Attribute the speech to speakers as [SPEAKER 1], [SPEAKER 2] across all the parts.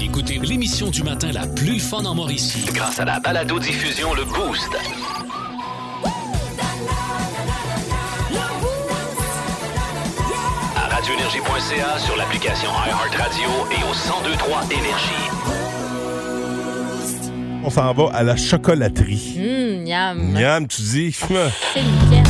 [SPEAKER 1] Écoutez l'émission du matin la plus fun en Mauricie.
[SPEAKER 2] Grâce à la balado diffusion le boost. À radioénergie.ca sur l'application iHeartRadio et au 1023 énergie.
[SPEAKER 3] On s'en va à la chocolaterie.
[SPEAKER 4] Hum, yam.
[SPEAKER 3] Miam, tu dis.
[SPEAKER 4] C'est nickel.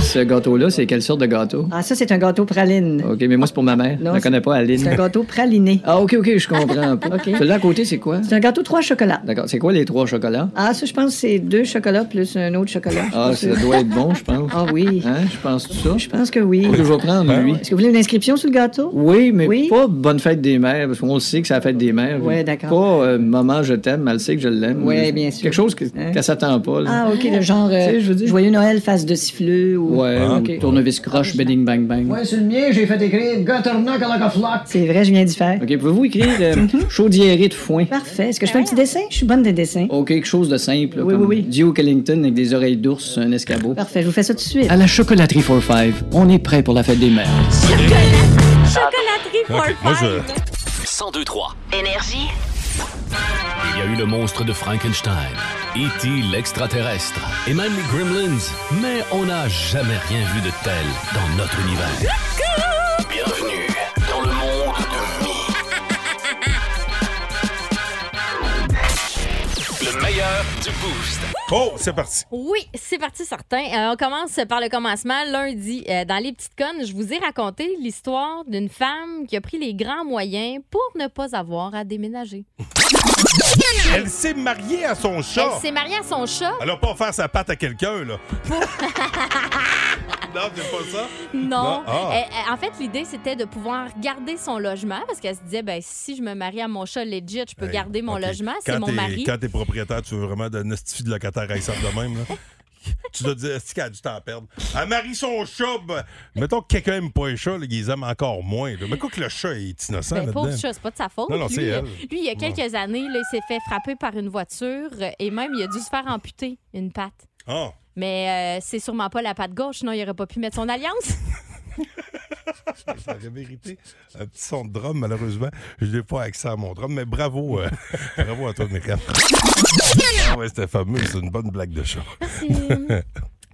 [SPEAKER 5] Ce gâteau-là, c'est quelle sorte de gâteau?
[SPEAKER 6] Ah, ça, c'est un gâteau praline.
[SPEAKER 5] OK, mais moi, c'est pour ma mère.
[SPEAKER 6] Non,
[SPEAKER 5] Je la connais pas, Aline.
[SPEAKER 6] C'est un gâteau praliné.
[SPEAKER 5] Ah, OK, OK, je comprends un peu.
[SPEAKER 6] OK.
[SPEAKER 5] Celui-là à côté, c'est quoi?
[SPEAKER 6] C'est un gâteau trois chocolats.
[SPEAKER 5] D'accord. C'est quoi les trois chocolats?
[SPEAKER 6] Ah, ça, je pense que c'est deux chocolats plus un autre chocolat.
[SPEAKER 5] Ah, ça doit être bon, je pense.
[SPEAKER 6] Ah oui.
[SPEAKER 5] Hein? Je pense tout ça.
[SPEAKER 6] Je pense que oui.
[SPEAKER 5] Faut que je vais prendre, lui.
[SPEAKER 6] Est-ce que vous voulez une inscription sur le gâteau?
[SPEAKER 5] Oui, mais
[SPEAKER 6] Oui.
[SPEAKER 5] pas bonne fête des mères, parce qu'on le sait que c'est la fête des mères.
[SPEAKER 6] Ouais, d'accord.
[SPEAKER 5] Pas euh, maman, je t'aime, mais elle sait que je l'aime.
[SPEAKER 6] Ouais, bien sûr.
[SPEAKER 5] Quelque chose que-
[SPEAKER 6] Hein?
[SPEAKER 5] qu'elle s'attend pas. là.
[SPEAKER 6] Ah, OK, le genre euh,
[SPEAKER 5] sais, je veux dire-
[SPEAKER 6] Joyeux Noël, face de siffleux ou...
[SPEAKER 5] Ouais,
[SPEAKER 3] Ah,
[SPEAKER 5] ou
[SPEAKER 3] ok.
[SPEAKER 5] Euh, tournevis croche, bedding bang bang.
[SPEAKER 7] sur le mien, j'ai fait écrire Gutternock à la gaflock.
[SPEAKER 6] C'est vrai, je viens d'y faire.
[SPEAKER 5] OK, pouvez-vous écrire
[SPEAKER 6] Mhm.
[SPEAKER 5] euh, chaudiérée de foin?
[SPEAKER 6] Parfait. Est-ce que je fais un petit dessin? Je suis bonne des dessins.
[SPEAKER 5] OK, quelque chose de simple. là,
[SPEAKER 6] Oui,
[SPEAKER 5] comme
[SPEAKER 6] oui, oui.
[SPEAKER 5] Dio Kellington avec des oreilles d'ours, un escabeau.
[SPEAKER 6] Parfait, je vous fais ça tout de suite.
[SPEAKER 5] À la chocolaterie 4-5, on est prêt pour la fête des mères.
[SPEAKER 4] Chocolaterie for
[SPEAKER 3] Moi,
[SPEAKER 4] five.
[SPEAKER 3] je-
[SPEAKER 1] 1023.
[SPEAKER 8] Énergie.
[SPEAKER 1] Il y a eu le monstre de Frankenstein, E.T. l'extraterrestre et même les Gremlins, mais on n'a jamais rien vu de tel dans notre univers.
[SPEAKER 2] Bienvenue dans le monde de Mi. Le meilleur du boost.
[SPEAKER 3] Oh, c'est parti.
[SPEAKER 4] Oui, c'est parti certain. Euh, on commence par le commencement. Lundi, euh, dans Les Petites Connes, je vous ai raconté l'histoire d'une femme qui a pris les grands moyens pour ne pas avoir à déménager.
[SPEAKER 3] Elle s'est mariée à son chat.
[SPEAKER 4] Elle s'est mariée à son chat.
[SPEAKER 3] Elle a pas offert sa patte à quelqu'un, là. non, c'est pas ça.
[SPEAKER 4] Non.
[SPEAKER 3] Non, ah.
[SPEAKER 4] Elle- elle- en fait, l'idée, c'était de pouvoir garder son logement parce qu'elle se disait, ben, si je me marie à mon chat legit, je peux
[SPEAKER 3] Hey,
[SPEAKER 4] garder mon
[SPEAKER 3] OK.
[SPEAKER 4] logement.
[SPEAKER 3] Quand
[SPEAKER 4] C'est mon
[SPEAKER 3] t'es-
[SPEAKER 4] mari.
[SPEAKER 3] Quand t'es propriétaire, tu veux vraiment d'un hostifie de locataire haïssable de même, là. Tu dois te dire, est-ce qu'elle a dû t'en perdre? Elle marie son chat. ben, mettons que quelqu'un aime pas les chats, là, il les aime encore moins. là. Mais quoi que le chat est innocent
[SPEAKER 4] Ben, pauvre
[SPEAKER 3] là-dedans.
[SPEAKER 4] chat, c'est pas de sa faute.
[SPEAKER 3] Non, non, c'est
[SPEAKER 4] lui, euh,
[SPEAKER 3] elle.
[SPEAKER 4] lui, il y a quelques années, là, il s'est fait frapper par une voiture euh, et même il a dû se faire amputer une patte.
[SPEAKER 3] Ah,
[SPEAKER 4] Mais euh, c'est sûrement pas la patte gauche, sinon il aurait pas pu mettre son alliance.
[SPEAKER 3] ça aurait mérité un petit son de drum, malheureusement. Je n'ai pas accès à mon drum, mais bravo, euh, bravo à toi, Myriam. Ah ouais, c'était fameux, c'est une bonne blague de chat.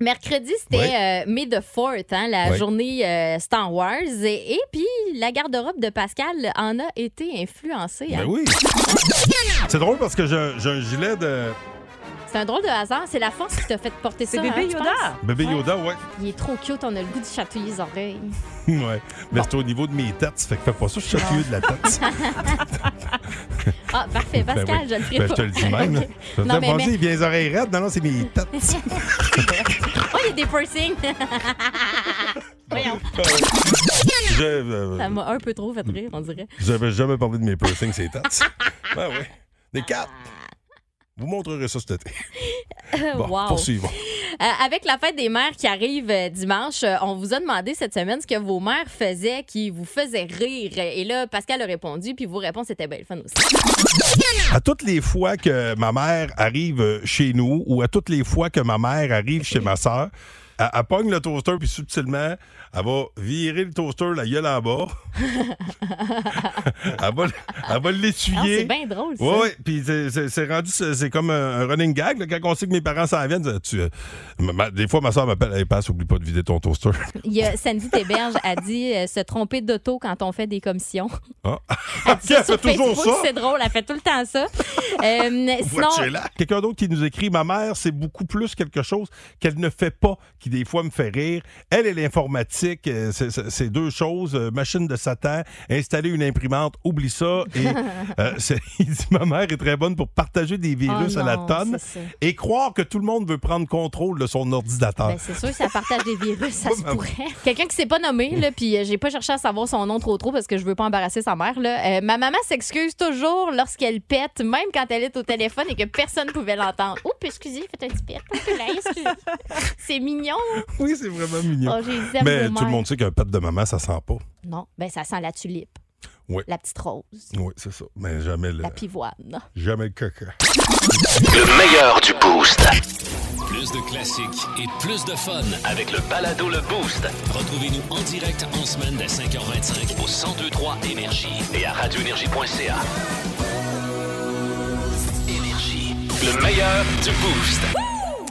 [SPEAKER 4] Mercredi, c'était euh, May the 4th, hein, la
[SPEAKER 3] Ouais.
[SPEAKER 4] journée euh, Star Wars. Et, et puis, la garde-robe de Pascal en a été influencée. hein.
[SPEAKER 3] Ben oui. C'est drôle parce que j'ai j'ai un gilet de
[SPEAKER 4] C'est un drôle de hasard. C'est la force qui t'a fait porter ça.
[SPEAKER 9] C'est
[SPEAKER 4] hein,
[SPEAKER 9] bébé
[SPEAKER 4] tu
[SPEAKER 9] Yoda.
[SPEAKER 4] penses?
[SPEAKER 3] bébé Yoda, ouais.
[SPEAKER 4] Il est trop cute, on a le goût de chatouiller les oreilles.
[SPEAKER 3] Ouais. Mais c'est au niveau de mes têtes, fait que fais pas ça, je suis curieux de la tête.
[SPEAKER 4] Ah, parfait, Pascal,
[SPEAKER 3] Ben oui.
[SPEAKER 4] je le ferai
[SPEAKER 3] Ben,
[SPEAKER 4] pas.
[SPEAKER 3] je te le dis même.
[SPEAKER 4] OK.
[SPEAKER 3] Je me
[SPEAKER 4] Non,
[SPEAKER 3] disais,
[SPEAKER 4] mais-
[SPEAKER 3] Vas-y, il vient les oreilles raides. Non, non, c'est mes têtes.
[SPEAKER 4] Oh, il y a des piercings. Voyons.
[SPEAKER 3] Je, euh,
[SPEAKER 4] Ça m'a un peu trop fait rire, on dirait.
[SPEAKER 3] j'avais jamais parlé de mes piercings, c'est têtes. Ben oui. Des quatre. Vous montrerez ça cet été. Bon,
[SPEAKER 4] Wow.
[SPEAKER 3] poursuivons.
[SPEAKER 4] Euh, avec la fête des mères qui arrive euh, dimanche, euh, on vous a demandé cette semaine ce que vos mères faisaient qui vous faisaient rire. Et là, Pascal a répondu, puis vos réponses étaient belles fun aussi.
[SPEAKER 3] À toutes les fois que ma mère arrive euh, chez nous ou à toutes les fois que ma mère arrive chez ma sœur, elle, elle pogne le toaster puis subtilement, elle va virer le toaster la gueule en bas. elle va, elle va
[SPEAKER 4] Ah, c'est
[SPEAKER 3] l'essuyer.
[SPEAKER 4] bien drôle, ça.
[SPEAKER 3] Oui, oui. Puis c'est- c'est c'est rendu, c'est c'est comme un, un running gag. là. Quand on sait que mes parents s'en viennent, tu- euh, ma- ma- des fois, ma soeur m'appelle, hey, passe, oublie pas de vider ton toaster.
[SPEAKER 4] Il y a Sandy Téberge a dit euh, se tromper d'auto quand on fait des commissions.
[SPEAKER 3] Ah.
[SPEAKER 4] Elle dit ça
[SPEAKER 3] Elle
[SPEAKER 4] sur
[SPEAKER 3] fait toujours
[SPEAKER 4] Facebook,
[SPEAKER 3] ça.
[SPEAKER 4] c'est drôle, elle fait tout le temps ça. Euh, sinon,
[SPEAKER 3] Watch-la. Quelqu'un d'autre qui nous écrit Ma mère, c'est beaucoup plus quelque chose qu'elle ne fait pas, qui qui des fois me fait rire. Elle et l'informatique, euh, c'est- c'est c'est deux choses. euh, machine de Satan, installer une imprimante, oublie ça. Et euh, c'est- il dit, ma mère est très bonne pour partager des virus
[SPEAKER 4] Oh
[SPEAKER 3] à la
[SPEAKER 4] non,
[SPEAKER 3] tonne
[SPEAKER 4] c'est ça.
[SPEAKER 3] et croire que tout le monde veut prendre contrôle de son ordinateur.
[SPEAKER 4] Ben, c'est sûr que ça partage des virus, ça se pourrait. Quelqu'un qui s'est pas nommé, là, puis euh, j'ai pas cherché à savoir son nom trop trop parce que je veux pas embarrasser sa mère. Là. Euh, ma maman s'excuse toujours lorsqu'elle pète, même quand elle est au téléphone et que personne pouvait l'entendre. Oups, excusez, faites un petit pète. Oups, là, excusez. C'est mignon.
[SPEAKER 3] oui, c'est vraiment mignon.
[SPEAKER 4] Oh, j'ai les aime,
[SPEAKER 3] Mais
[SPEAKER 4] vos
[SPEAKER 3] tout le
[SPEAKER 4] mères.
[SPEAKER 3] monde sait qu'un pet de maman, ça sent pas.
[SPEAKER 4] Non, ben ça sent la tulipe.
[SPEAKER 3] Oui.
[SPEAKER 4] La petite rose,
[SPEAKER 3] Oui, c'est ça. Mais jamais le,
[SPEAKER 4] la pivoine.
[SPEAKER 3] jamais le caca.
[SPEAKER 2] Le meilleur du Boost.
[SPEAKER 1] Plus de classiques et plus de fun.
[SPEAKER 2] Avec le balado Le Boost
[SPEAKER 1] Retrouvez-nous en direct en semaine dès 5h25
[SPEAKER 2] au 1023 Énergie et à radioénergie.ca. Énergie. Le meilleur du Boost.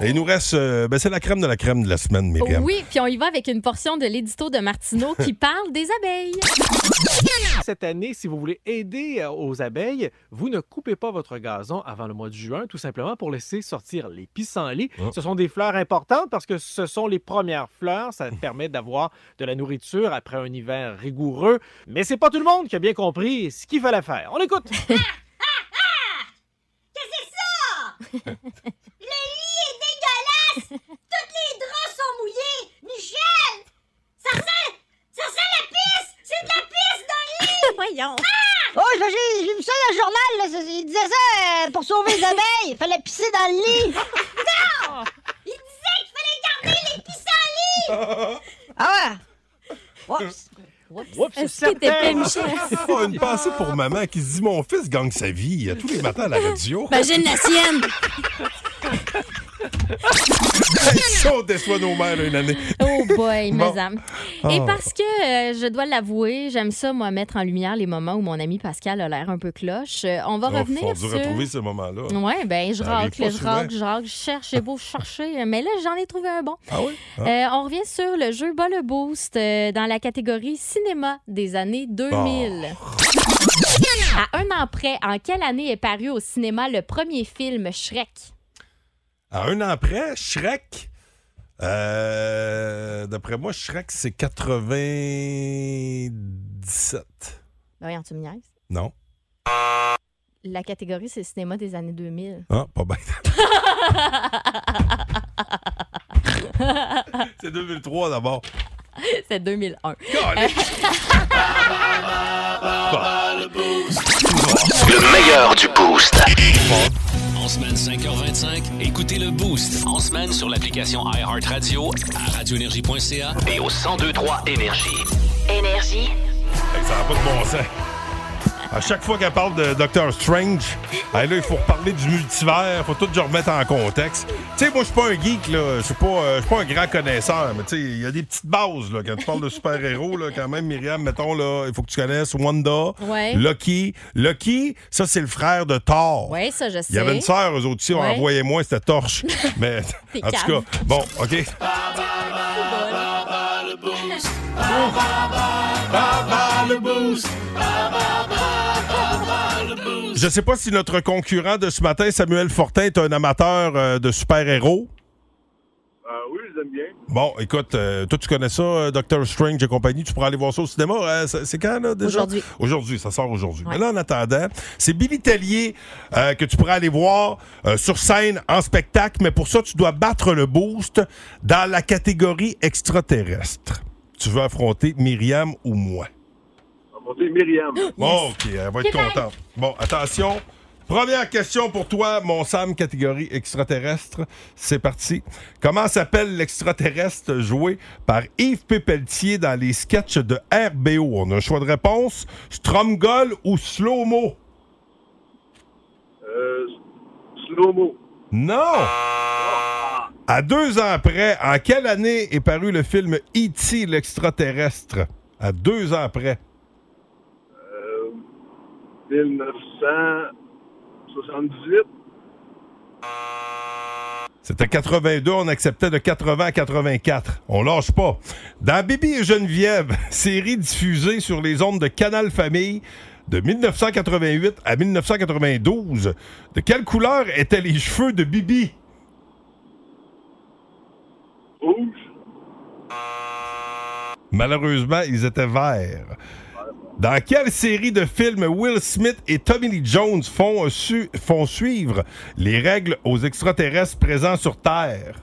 [SPEAKER 3] Et il nous reste. euh, ben, c'est la crème de la crème de la semaine, Myriam.
[SPEAKER 4] Oui, puis on y va avec une portion de l'édito de Martineau qui parle des abeilles.
[SPEAKER 8] Cette année, si vous voulez aider euh, aux abeilles, vous ne coupez pas votre gazon avant le mois de juin, tout simplement pour laisser sortir les pissenlits.
[SPEAKER 3] Oh.
[SPEAKER 8] Ce sont des fleurs importantes parce que ce sont les premières fleurs. Ça permet d'avoir de la nourriture après un hiver rigoureux. Mais c'est pas tout le monde qui a bien compris ce qu'il fallait faire. On écoute.
[SPEAKER 4] Voyons.
[SPEAKER 9] Oh, je- j'ai j'ai vu ça dans le journal, là, c'est- il disait ça euh, pour sauver les abeilles, il fallait pisser dans le lit. non! Il disait qu'il fallait garder les pissenlits. Ah ouais? Oups.
[SPEAKER 8] Oups,
[SPEAKER 4] Est-ce
[SPEAKER 8] certains-
[SPEAKER 4] que t'es pas Michel?
[SPEAKER 3] Oh, une pensée pour maman qui se dit Mon fils gagne sa vie euh, tous les matins à la radio.
[SPEAKER 4] Imagine la sienne.
[SPEAKER 3] Hey, ça, on déçoit nos mères une année.
[SPEAKER 4] Oh boy,
[SPEAKER 3] Bon.
[SPEAKER 4] mes âmes.
[SPEAKER 3] Ah.
[SPEAKER 4] Et parce que, euh, je dois l'avouer, j'aime ça, moi, mettre en lumière les moments où mon ami Pascal a l'air un peu cloche. Euh, on va
[SPEAKER 3] Oh, faut
[SPEAKER 4] revenir
[SPEAKER 3] dû
[SPEAKER 4] sur...
[SPEAKER 3] retrouver ce moment-là.
[SPEAKER 4] Ouais, ben je
[SPEAKER 3] Ça arrive
[SPEAKER 4] racle,
[SPEAKER 3] pas
[SPEAKER 4] je
[SPEAKER 3] souvent.
[SPEAKER 4] racle, je racle, je cherche, j'ai beau chercher, mais là j'en ai trouvé un bon.
[SPEAKER 3] Ah oui? Ah.
[SPEAKER 4] Euh, on revient sur le jeu Bas le Boost euh, dans la catégorie cinéma des années 2000. À un an près, en quelle année est paru au cinéma le premier film Shrek?
[SPEAKER 3] Ah. À un an après, Shrek. euh, D'après moi, Shrek, c'est
[SPEAKER 4] Ben
[SPEAKER 3] 97.
[SPEAKER 4] voyons, tu me niaises.
[SPEAKER 3] Non?
[SPEAKER 4] La catégorie, c'est le cinéma des années 2000.
[SPEAKER 3] Ah, pas bête. c'est 2003 d'abord.
[SPEAKER 4] c'est 2001.
[SPEAKER 2] Le meilleur du Boost.
[SPEAKER 1] En semaine 5h25, écoutez le Boost. En semaine sur l'application iHeartRadio à radioénergie.ca.
[SPEAKER 2] Et au 1023 Énergie.
[SPEAKER 9] Énergie.
[SPEAKER 3] Hey, ça n'a pas de bon sens. À chaque fois qu'elle parle de Doctor Strange, hey, là, il faut reparler du multivers, faut tout remettre en contexte. Tu sais, moi, je suis pas un geek, là. Je suis pas, euh, je suis pas un grand connaisseur, mais tu sais, il y a des petites bases, là. Quand tu parles de super-héros, là, quand même, Myriam, mettons, là, il faut que tu connaisses Wanda,
[SPEAKER 4] Ouais.
[SPEAKER 3] Loki. Loki, ça, c'est le frère de Thor.
[SPEAKER 4] Oui, ça, je sais.
[SPEAKER 3] Il y avait une sœur, eux autres aussi, on
[SPEAKER 4] Ouais.
[SPEAKER 3] envoyait moins cette torche. Mais
[SPEAKER 4] T'es
[SPEAKER 3] en tout
[SPEAKER 4] calme.
[SPEAKER 3] cas, bon, OK. Je sais pas si notre concurrent de ce matin, Samuel Fortin, est un amateur euh, de super-héros.
[SPEAKER 8] Euh, oui, je l'aime bien.
[SPEAKER 3] Bon, écoute, euh, toi, tu connais ça, euh, Doctor Strange et compagnie. Tu pourras aller voir ça au cinéma. hein, c'est c'est quand, là, déjà?
[SPEAKER 4] Aujourd'hui.
[SPEAKER 3] Aujourd'hui, ça sort aujourd'hui.
[SPEAKER 4] Ouais.
[SPEAKER 3] Mais là, en attendant, c'est Billy Tellier euh, que tu pourras aller voir euh, sur scène, en spectacle. Mais pour ça, tu dois battre le boost dans la catégorie extraterrestre. Tu veux affronter Myriam ou moi?
[SPEAKER 8] Myriam.
[SPEAKER 3] Bon, OK, elle va être
[SPEAKER 4] Québec.
[SPEAKER 3] contente. Bon, attention. Première question pour toi, mon Sam, catégorie extraterrestre. C'est parti. Comment s'appelle l'extraterrestre joué par Yves Pépeltier dans les sketchs de RBO? On a un choix de réponse. Stromgol ou Slow-Mo?
[SPEAKER 8] Slow-mo.
[SPEAKER 3] Non! À deux ans après, en quelle année est paru le film E.T. l'extraterrestre? À deux ans après.
[SPEAKER 8] 1978.
[SPEAKER 3] C'était 82, on acceptait de 80 à 84. On lâche pas. Dans Bibi et Geneviève, série diffusée sur les ondes de Canal Famille de 1988 à 1992, de quelle couleur étaient les cheveux de Bibi?
[SPEAKER 8] Rouge.
[SPEAKER 3] Malheureusement, ils étaient verts. Dans quelle série de films Will Smith et Tommy Lee Jones font, euh, su- font suivre les règles aux extraterrestres présents sur Terre?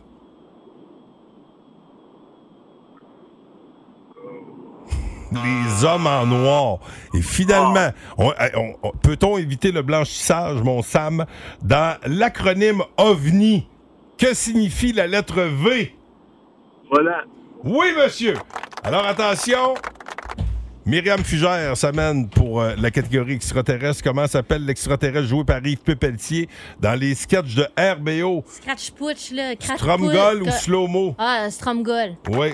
[SPEAKER 3] Les hommes en noir. Et finalement, on- euh, on- on- peut-on éviter le blanchissage, mon Sam, dans l'acronyme OVNI? Que signifie la lettre V?
[SPEAKER 10] Voilà.
[SPEAKER 3] Oui, monsieur. Alors attention. Myriam Fugère s'amène pour euh, la catégorie extraterrestre. Comment s'appelle l'extraterrestre joué par Yves Pépeltier dans les sketchs de RBO?
[SPEAKER 4] Scratch Putch, là. Scratch
[SPEAKER 3] Stromgol
[SPEAKER 4] Putch.
[SPEAKER 3] ou Slow-Mo?
[SPEAKER 4] Ah, Stromgol.
[SPEAKER 3] Oui.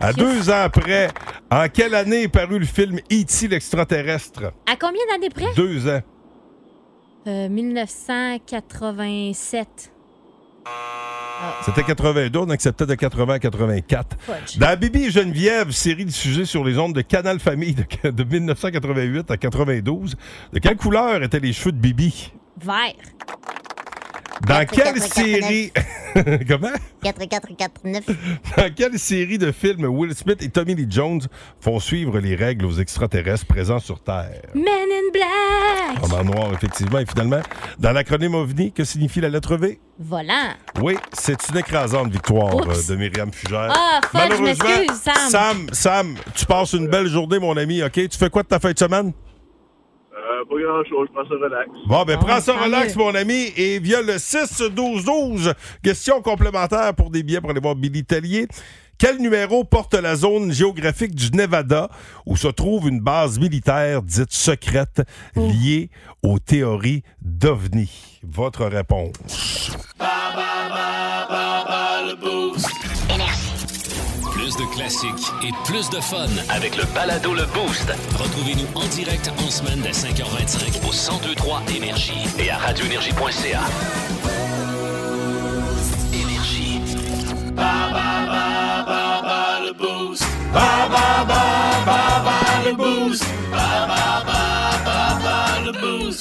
[SPEAKER 3] À deux ans après, en quelle année est paru le film E.T. l'extraterrestre?
[SPEAKER 4] À combien d'années près?
[SPEAKER 3] Deux ans.
[SPEAKER 4] Euh, 1987.
[SPEAKER 3] C'était 82, on acceptait de 80 à 84. Dans Bibi et Geneviève, série de sujets sur les ondes de Canal Famille de, de 1988 à 92, de quelle couleur étaient les cheveux de Bibi?
[SPEAKER 11] Vert.
[SPEAKER 3] Dans quelle
[SPEAKER 11] 4,
[SPEAKER 3] série... Comment?
[SPEAKER 11] 4, 4, 4, 9.
[SPEAKER 3] Dans quelle série de films Will Smith et Tommy Lee Jones font suivre les règles aux extraterrestres présents sur Terre?
[SPEAKER 4] Men in Black!
[SPEAKER 3] Homme en noir, effectivement. Et finalement, dans l'acronyme OVNI, que signifie la lettre V?
[SPEAKER 4] Volant.
[SPEAKER 3] Oui, c'est une écrasante victoire
[SPEAKER 4] Oups.
[SPEAKER 3] euh, de Myriam Fugère.
[SPEAKER 4] Ah, fuck, je
[SPEAKER 3] Malheureusement,
[SPEAKER 4] m'excuse, Sam.
[SPEAKER 3] Sam, Sam, tu passes une belle journée, mon ami, OK? Tu fais quoi de ta fin de semaine?
[SPEAKER 10] Euh, pas grand-chose, je prends ça relax.
[SPEAKER 3] Bon, ben,
[SPEAKER 10] Ah,
[SPEAKER 3] prends ça
[SPEAKER 10] tant
[SPEAKER 3] relax,
[SPEAKER 10] mieux.
[SPEAKER 3] mon ami, et via le 6-12-12, question complémentaire pour des billets pour aller voir Billy Tellier. Quel numéro porte la zone géographique du Nevada où se trouve une base militaire dite secrète liée aux théories d'OVNI? Votre réponse.
[SPEAKER 2] Plus de classiques et plus de fun avec le balado Le Boost. Retrouvez-nous en direct en semaine dès 5h25 au 1023 Énergie et à radioénergie.ca.
[SPEAKER 12] Énergie. le boost. le boost. le boost.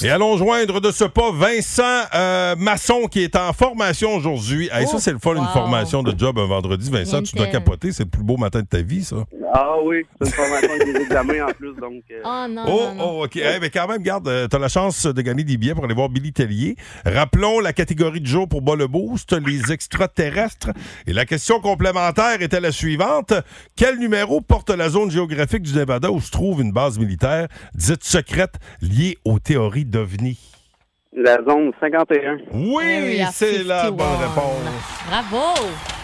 [SPEAKER 3] Et allons joindre de ce pas Vincent euh, Masson qui est en formation aujourd'hui. Hey, ça, c'est le fun, une formation de job un vendredi. Vincent, tu dois
[SPEAKER 10] Vintel.
[SPEAKER 3] capoter. C'est le plus beau matin de ta vie, ça.
[SPEAKER 10] Ah oui, c'est une formation avec des examens en plus, donc. euh,
[SPEAKER 4] Oh non.
[SPEAKER 3] oh, oh, OK. Eh, mais quand même, garde, euh, t'as la chance de gagner des billets pour aller voir Billy Tellier. Rappelons la catégorie de jour pour Bas le Boost, les extraterrestres. Et la question complémentaire était la suivante. Quel numéro porte la zone géographique du Nevada où se trouve une base militaire dite secrète liée aux théories d'OVNI?
[SPEAKER 10] La zone 51.
[SPEAKER 3] oh. Oui, c'est la bonne réponse.
[SPEAKER 4] Bravo!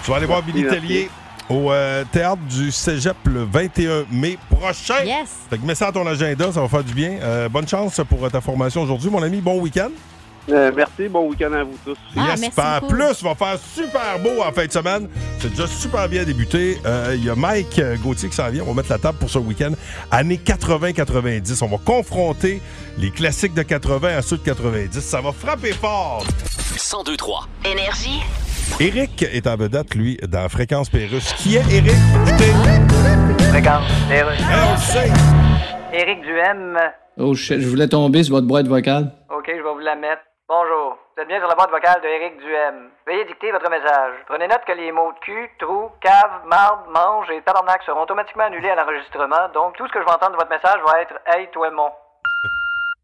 [SPEAKER 3] Tu vas aller voir Billy
[SPEAKER 10] Merci,
[SPEAKER 3] Tellier au euh, théâtre du Cégep le 21 mai prochain.
[SPEAKER 4] Yes.
[SPEAKER 3] Fait que mets ça à ton agenda, ça va faire du bien. Euh, bonne chance pour euh, ta formation aujourd'hui, mon ami. Bon week-end. Ah,
[SPEAKER 10] Euh, merci, bon week-end à vous tous.
[SPEAKER 3] Et Espère plus, va faire super beau en fin de semaine. C'est déjà super bien débuté. Euh, Il y a Mike euh, Gauthier qui s'en vient. On va mettre la table pour ce week-end. Années 80-90. On va confronter les classiques de 80 à ceux de 90. Ça va frapper fort.
[SPEAKER 2] 1023
[SPEAKER 13] Énergie.
[SPEAKER 3] Eric est en vedette, lui, dans Fréquence Pérusse. Qui est Eric? Écoutez. Eh, on le sait.
[SPEAKER 5] Éric Duhem.
[SPEAKER 14] Oh shit, je voulais tomber sur votre boîte vocale.
[SPEAKER 5] OK, je vais vous la mettre. Bonjour. Vous êtes bien sur la boîte vocale de Éric Duhem. Veuillez dicter votre message. Prenez note que les mots de cul, trou, cave, marde, mange et tabarnak seront automatiquement annulés à l'enregistrement, donc tout ce que je vais entendre de votre message va être Hey, toi, mon.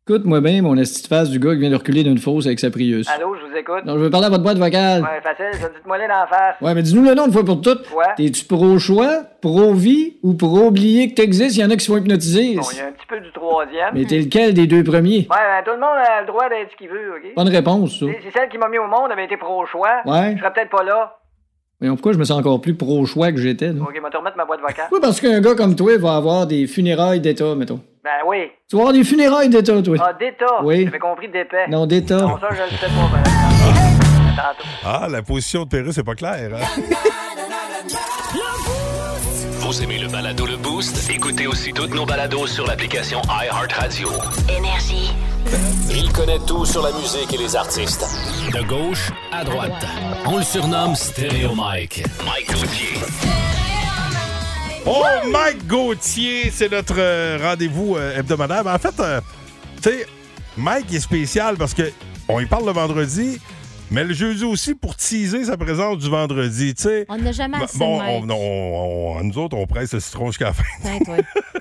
[SPEAKER 14] Écoute-moi bien, mon esti de face du gars qui vient de reculer d'une fosse avec sa Prius.
[SPEAKER 5] Allô, Oh, je vous écoute.
[SPEAKER 14] Non, je veux parler à votre boîte vocale.
[SPEAKER 5] Ouais, facile, ça, dites-moi les d'en face.
[SPEAKER 14] Ouais, mais dis-nous le nom une fois pour toutes.
[SPEAKER 5] Ouais.
[SPEAKER 14] T'es-tu pro-choix, pro-vie ou pro-oublier que t'existes? Il y en a qui sont hypnotisés.
[SPEAKER 5] Bon, il y a un petit peu du troisième.
[SPEAKER 14] Mais t'es lequel des deux premiers?
[SPEAKER 5] Ouais, ben, tout le monde a le droit d'être ce qu'il veut, OK?
[SPEAKER 14] Bonne réponse, ça.
[SPEAKER 5] Si, si celle qui m'a mis au monde avait été pro-choix,
[SPEAKER 14] Ouais.
[SPEAKER 5] je serais peut-être pas là.
[SPEAKER 14] Voyons, pourquoi je me sens encore plus pro-choix que j'étais, là?
[SPEAKER 5] OK, je vais te remettre ma boîte vocale.
[SPEAKER 14] Oui, parce qu'un gars comme toi va avoir des funérailles d'État, mettons.
[SPEAKER 5] Ben oui.
[SPEAKER 14] Tu vas avoir des funérailles d'État, toi.
[SPEAKER 5] Ah, d'État.
[SPEAKER 14] Oui.
[SPEAKER 5] J'avais compris d'épais.
[SPEAKER 14] Non, d'État.
[SPEAKER 5] Non, ça, je le sais pas. ben, tantôt.
[SPEAKER 3] Ah, la position de Pérusse, c'est pas clair. hein?
[SPEAKER 2] Vous aimez le balado Le Boost? Écoutez aussi toutes nos balados sur l'application iHeartRadio.
[SPEAKER 13] Énergie.
[SPEAKER 2] Il connaît tout sur la musique et les artistes. De gauche à droite. On le surnomme Stéréo Mike. Mike Gauthier.
[SPEAKER 3] Oh, Mike Gauthier, c'est notre euh, rendez-vous euh, hebdomadaire. Ben, en fait, euh, tu sais, Mike est spécial parce que on y parle le vendredi, Mais le jeudi aussi pour teaser sa présence du vendredi, tu sais.
[SPEAKER 4] On n'a jamais assez
[SPEAKER 3] Bah, Bon, oh,
[SPEAKER 4] de
[SPEAKER 3] on,
[SPEAKER 4] maître.
[SPEAKER 3] on- on- nous autres, on presse le citron jusqu'à la fin.
[SPEAKER 4] Tiens, toi.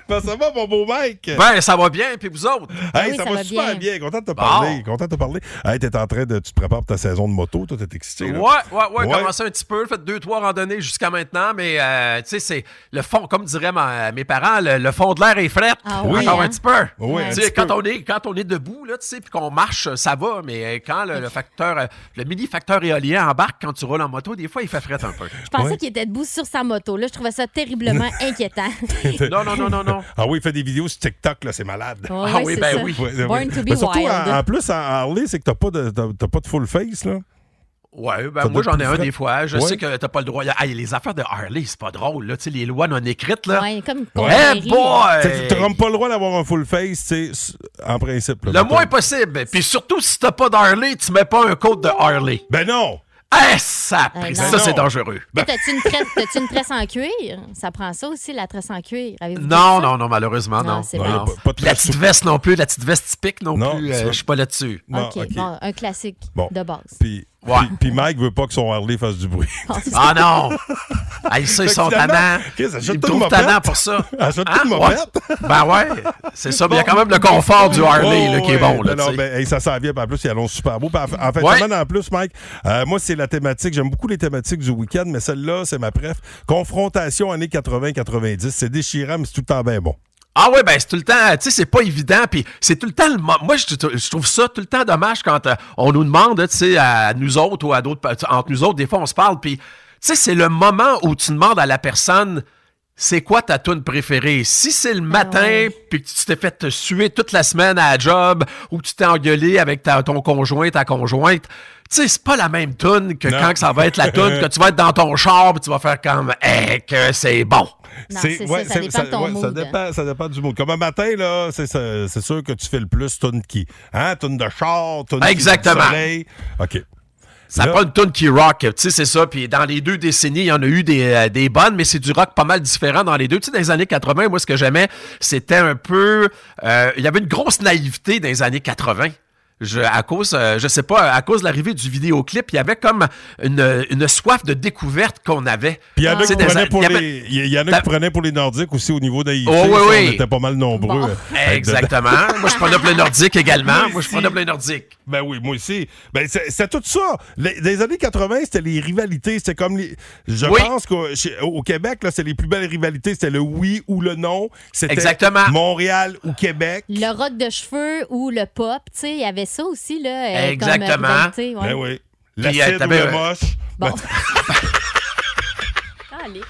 [SPEAKER 3] Ben, ça va, mon beau mec?
[SPEAKER 10] Ben, ça va bien, puis vous autres?
[SPEAKER 3] Hey, ça, va, super bien. Content de te parler. Content de te parler. Hey, t'es en train de. Tu te prépares pour ta saison de moto. Toi, t'es excité.
[SPEAKER 10] Ouais,
[SPEAKER 3] là.
[SPEAKER 10] ouais, ouais, commencé un petit peu, fait deux, trois randonnées jusqu'à maintenant, mais euh, tu sais, c'est le fond, comme diraient ma- mes parents, le, le fond de l'air est fret.
[SPEAKER 12] Ah
[SPEAKER 3] oui,
[SPEAKER 10] Encore
[SPEAKER 3] hein?
[SPEAKER 10] un petit peu.
[SPEAKER 3] Oui, un
[SPEAKER 10] Tu sais,
[SPEAKER 3] petit
[SPEAKER 10] quand,
[SPEAKER 3] peu.
[SPEAKER 10] On est, quand on est debout, là, tu sais, puis qu'on marche, ça va, mais euh, quand le, le facteur, euh, le mini-facteur éolien embarque quand tu roules en moto, des fois, il fait fret un peu.
[SPEAKER 4] Je pensais qu'il était debout sur sa moto. Là, je trouvais ça terriblement inquiétant.
[SPEAKER 10] Non, non, non, non, non.
[SPEAKER 3] Ah oui, il fait des vidéos sur TikTok, là, c'est malade.
[SPEAKER 4] Ouais, Ah ouais, oui, c'est ben ça. oui.
[SPEAKER 3] Ouais,
[SPEAKER 4] Born
[SPEAKER 3] ouais.
[SPEAKER 4] to be
[SPEAKER 3] Mais surtout,
[SPEAKER 4] wild.
[SPEAKER 3] En, en plus, en Harley, c'est que t'as pas, de, t'as- t'as pas de full face, là.
[SPEAKER 10] Ouais, ben
[SPEAKER 3] Ça
[SPEAKER 10] moi
[SPEAKER 3] doit
[SPEAKER 10] j'en ai un
[SPEAKER 3] être plus frais.
[SPEAKER 10] des fois. Je
[SPEAKER 3] Ouais.
[SPEAKER 10] sais que t'as pas le droit. Ah, et les affaires de Harley, c'est pas drôle, là. Tu sais, les lois non écrites, là.
[SPEAKER 4] Ouais, comme
[SPEAKER 10] Eh boy!
[SPEAKER 3] Fait que T'as comme pas le droit d'avoir un full face, tu sais, s- en principe.
[SPEAKER 10] Le moins possible. Puis surtout, si t'as pas d'Harley, tu mets pas un code de Harley.
[SPEAKER 3] Ben non!
[SPEAKER 10] Eh, ça, a
[SPEAKER 4] Eh
[SPEAKER 10] pris-
[SPEAKER 4] non.
[SPEAKER 10] ça
[SPEAKER 4] Ben
[SPEAKER 10] c'est
[SPEAKER 4] non.
[SPEAKER 10] dangereux.
[SPEAKER 4] Là, T'as-tu une, tresse- t'as-tu une tresse en cuir? Ça prend ça aussi, la tresse en cuir. Avez-vous
[SPEAKER 10] Non, non, non, malheureusement, non.
[SPEAKER 4] Non, c'est
[SPEAKER 10] Non,
[SPEAKER 4] bon.
[SPEAKER 10] y a
[SPEAKER 4] Pas-
[SPEAKER 10] Puis la petite veste non plus, la petite veste typique non, plus. euh,
[SPEAKER 3] c'est-
[SPEAKER 10] je suis pas là-dessus.
[SPEAKER 3] Non,
[SPEAKER 4] OK, bon, un classique
[SPEAKER 3] Bon.
[SPEAKER 4] de base.
[SPEAKER 3] Puis, puis- puis Mike veut pas que son Harley fasse du bruit.
[SPEAKER 10] Ah non! Hey, ça, ils sont tannants. Ils me trouvent tannant pour ça.
[SPEAKER 3] Achète
[SPEAKER 10] Hein?
[SPEAKER 3] toute une
[SPEAKER 10] Ouais.
[SPEAKER 3] mopette.
[SPEAKER 10] Ben ouais, c'est ça. Mais il y a quand même le confort du Harley
[SPEAKER 3] Oh,
[SPEAKER 10] là, qui est
[SPEAKER 3] ouais.
[SPEAKER 10] bon. Là,
[SPEAKER 3] Non,
[SPEAKER 10] tu sais.
[SPEAKER 3] ben, hey, ça s'en vient, puis en plus, ils allons super beau. Puis En, en fait,
[SPEAKER 10] Ouais.
[SPEAKER 3] semaine en plus, Mike, euh, moi, c'est la thématique. J'aime beaucoup les thématiques du week-end, mais celle-là, c'est ma préf. Confrontation années 80-90. C'est déchirant, mais c'est tout le temps bien bon.
[SPEAKER 10] Ah ouais, ben c'est tout le temps, tu sais, c'est pas évident, puis c'est tout le temps, le mo- moi je, je trouve ça tout le temps dommage quand euh, on nous demande, tu sais, à nous autres ou à d'autres, pa- entre nous autres, des fois on se parle, puis tu sais, c'est le moment où tu demandes à la personne, c'est quoi ta tune préférée? Si c'est le matin, puis que tu t'es fait suer toute la semaine à la job, ou que tu t'es engueulé avec ta- ton conjoint, ta conjointe, tu sais, c'est pas la même tune que quand que ça va être la tune que tu vas être dans ton char, puis tu vas faire comme, eh, que c'est bon.
[SPEAKER 4] c'est ça, ça
[SPEAKER 3] c'est-
[SPEAKER 4] dépend de ton
[SPEAKER 3] ça
[SPEAKER 4] mood.
[SPEAKER 3] dépend, ça dépend du mood. Comme un matin, là, c'est ça- c'est sûr que tu fais le plus tune qui. Hein, tune de char, tune qui- du
[SPEAKER 10] Exactement.
[SPEAKER 3] soleil. OK.
[SPEAKER 10] Ça prend une tune qui rock, tu sais, c'est ça. Puis dans les deux décennies, il y en a eu des, euh, des bonnes, mais c'est du rock pas mal différent dans les deux. Tu sais, dans les années 80, moi, ce que j'aimais, c'était un peu... euh, il y avait une grosse naïveté dans les années 80. Je, à cause, euh, je sais pas, à cause de l'arrivée du vidéoclip, il y avait comme une, une soif de découverte qu'on avait.
[SPEAKER 3] Puis il y en a
[SPEAKER 10] Tu sais,
[SPEAKER 3] qui
[SPEAKER 10] dans
[SPEAKER 3] prenaient
[SPEAKER 10] an-
[SPEAKER 3] pour
[SPEAKER 10] il y avait-
[SPEAKER 3] les- il y en a qui prenaient pour les Nordiques aussi au niveau d'Haïti.
[SPEAKER 10] Oh, oui,
[SPEAKER 3] ça,
[SPEAKER 10] oui.
[SPEAKER 3] On était pas mal nombreux.
[SPEAKER 10] Bon.
[SPEAKER 3] euh, à être
[SPEAKER 10] Exactement.
[SPEAKER 3] dedans.
[SPEAKER 10] Moi, je prenais plein Nordique également. Moi, je
[SPEAKER 3] aussi.
[SPEAKER 10] prenais plein Nordique.
[SPEAKER 3] Ben oui, moi aussi. Ben, c'est c'est tout ça. Les, les années 80, c'était les rivalités. C'était comme les. Je
[SPEAKER 10] Oui.
[SPEAKER 3] pense qu'au chez- au Québec, là, c'est les plus belles rivalités. C'était le oui ou le non. C'était
[SPEAKER 10] Exactement.
[SPEAKER 3] Montréal ou Québec.
[SPEAKER 4] Le rock de cheveux ou le pop, tu sais, il y avait ça aussi, là. euh, Comme,
[SPEAKER 3] Exactement.
[SPEAKER 4] euh, rivalité, ouais.
[SPEAKER 3] Ben oui.
[SPEAKER 10] Puis,
[SPEAKER 3] L'acide
[SPEAKER 10] euh,
[SPEAKER 3] ou
[SPEAKER 10] t'avais,
[SPEAKER 3] le
[SPEAKER 10] euh,
[SPEAKER 3] moche. Ben,
[SPEAKER 4] Allez.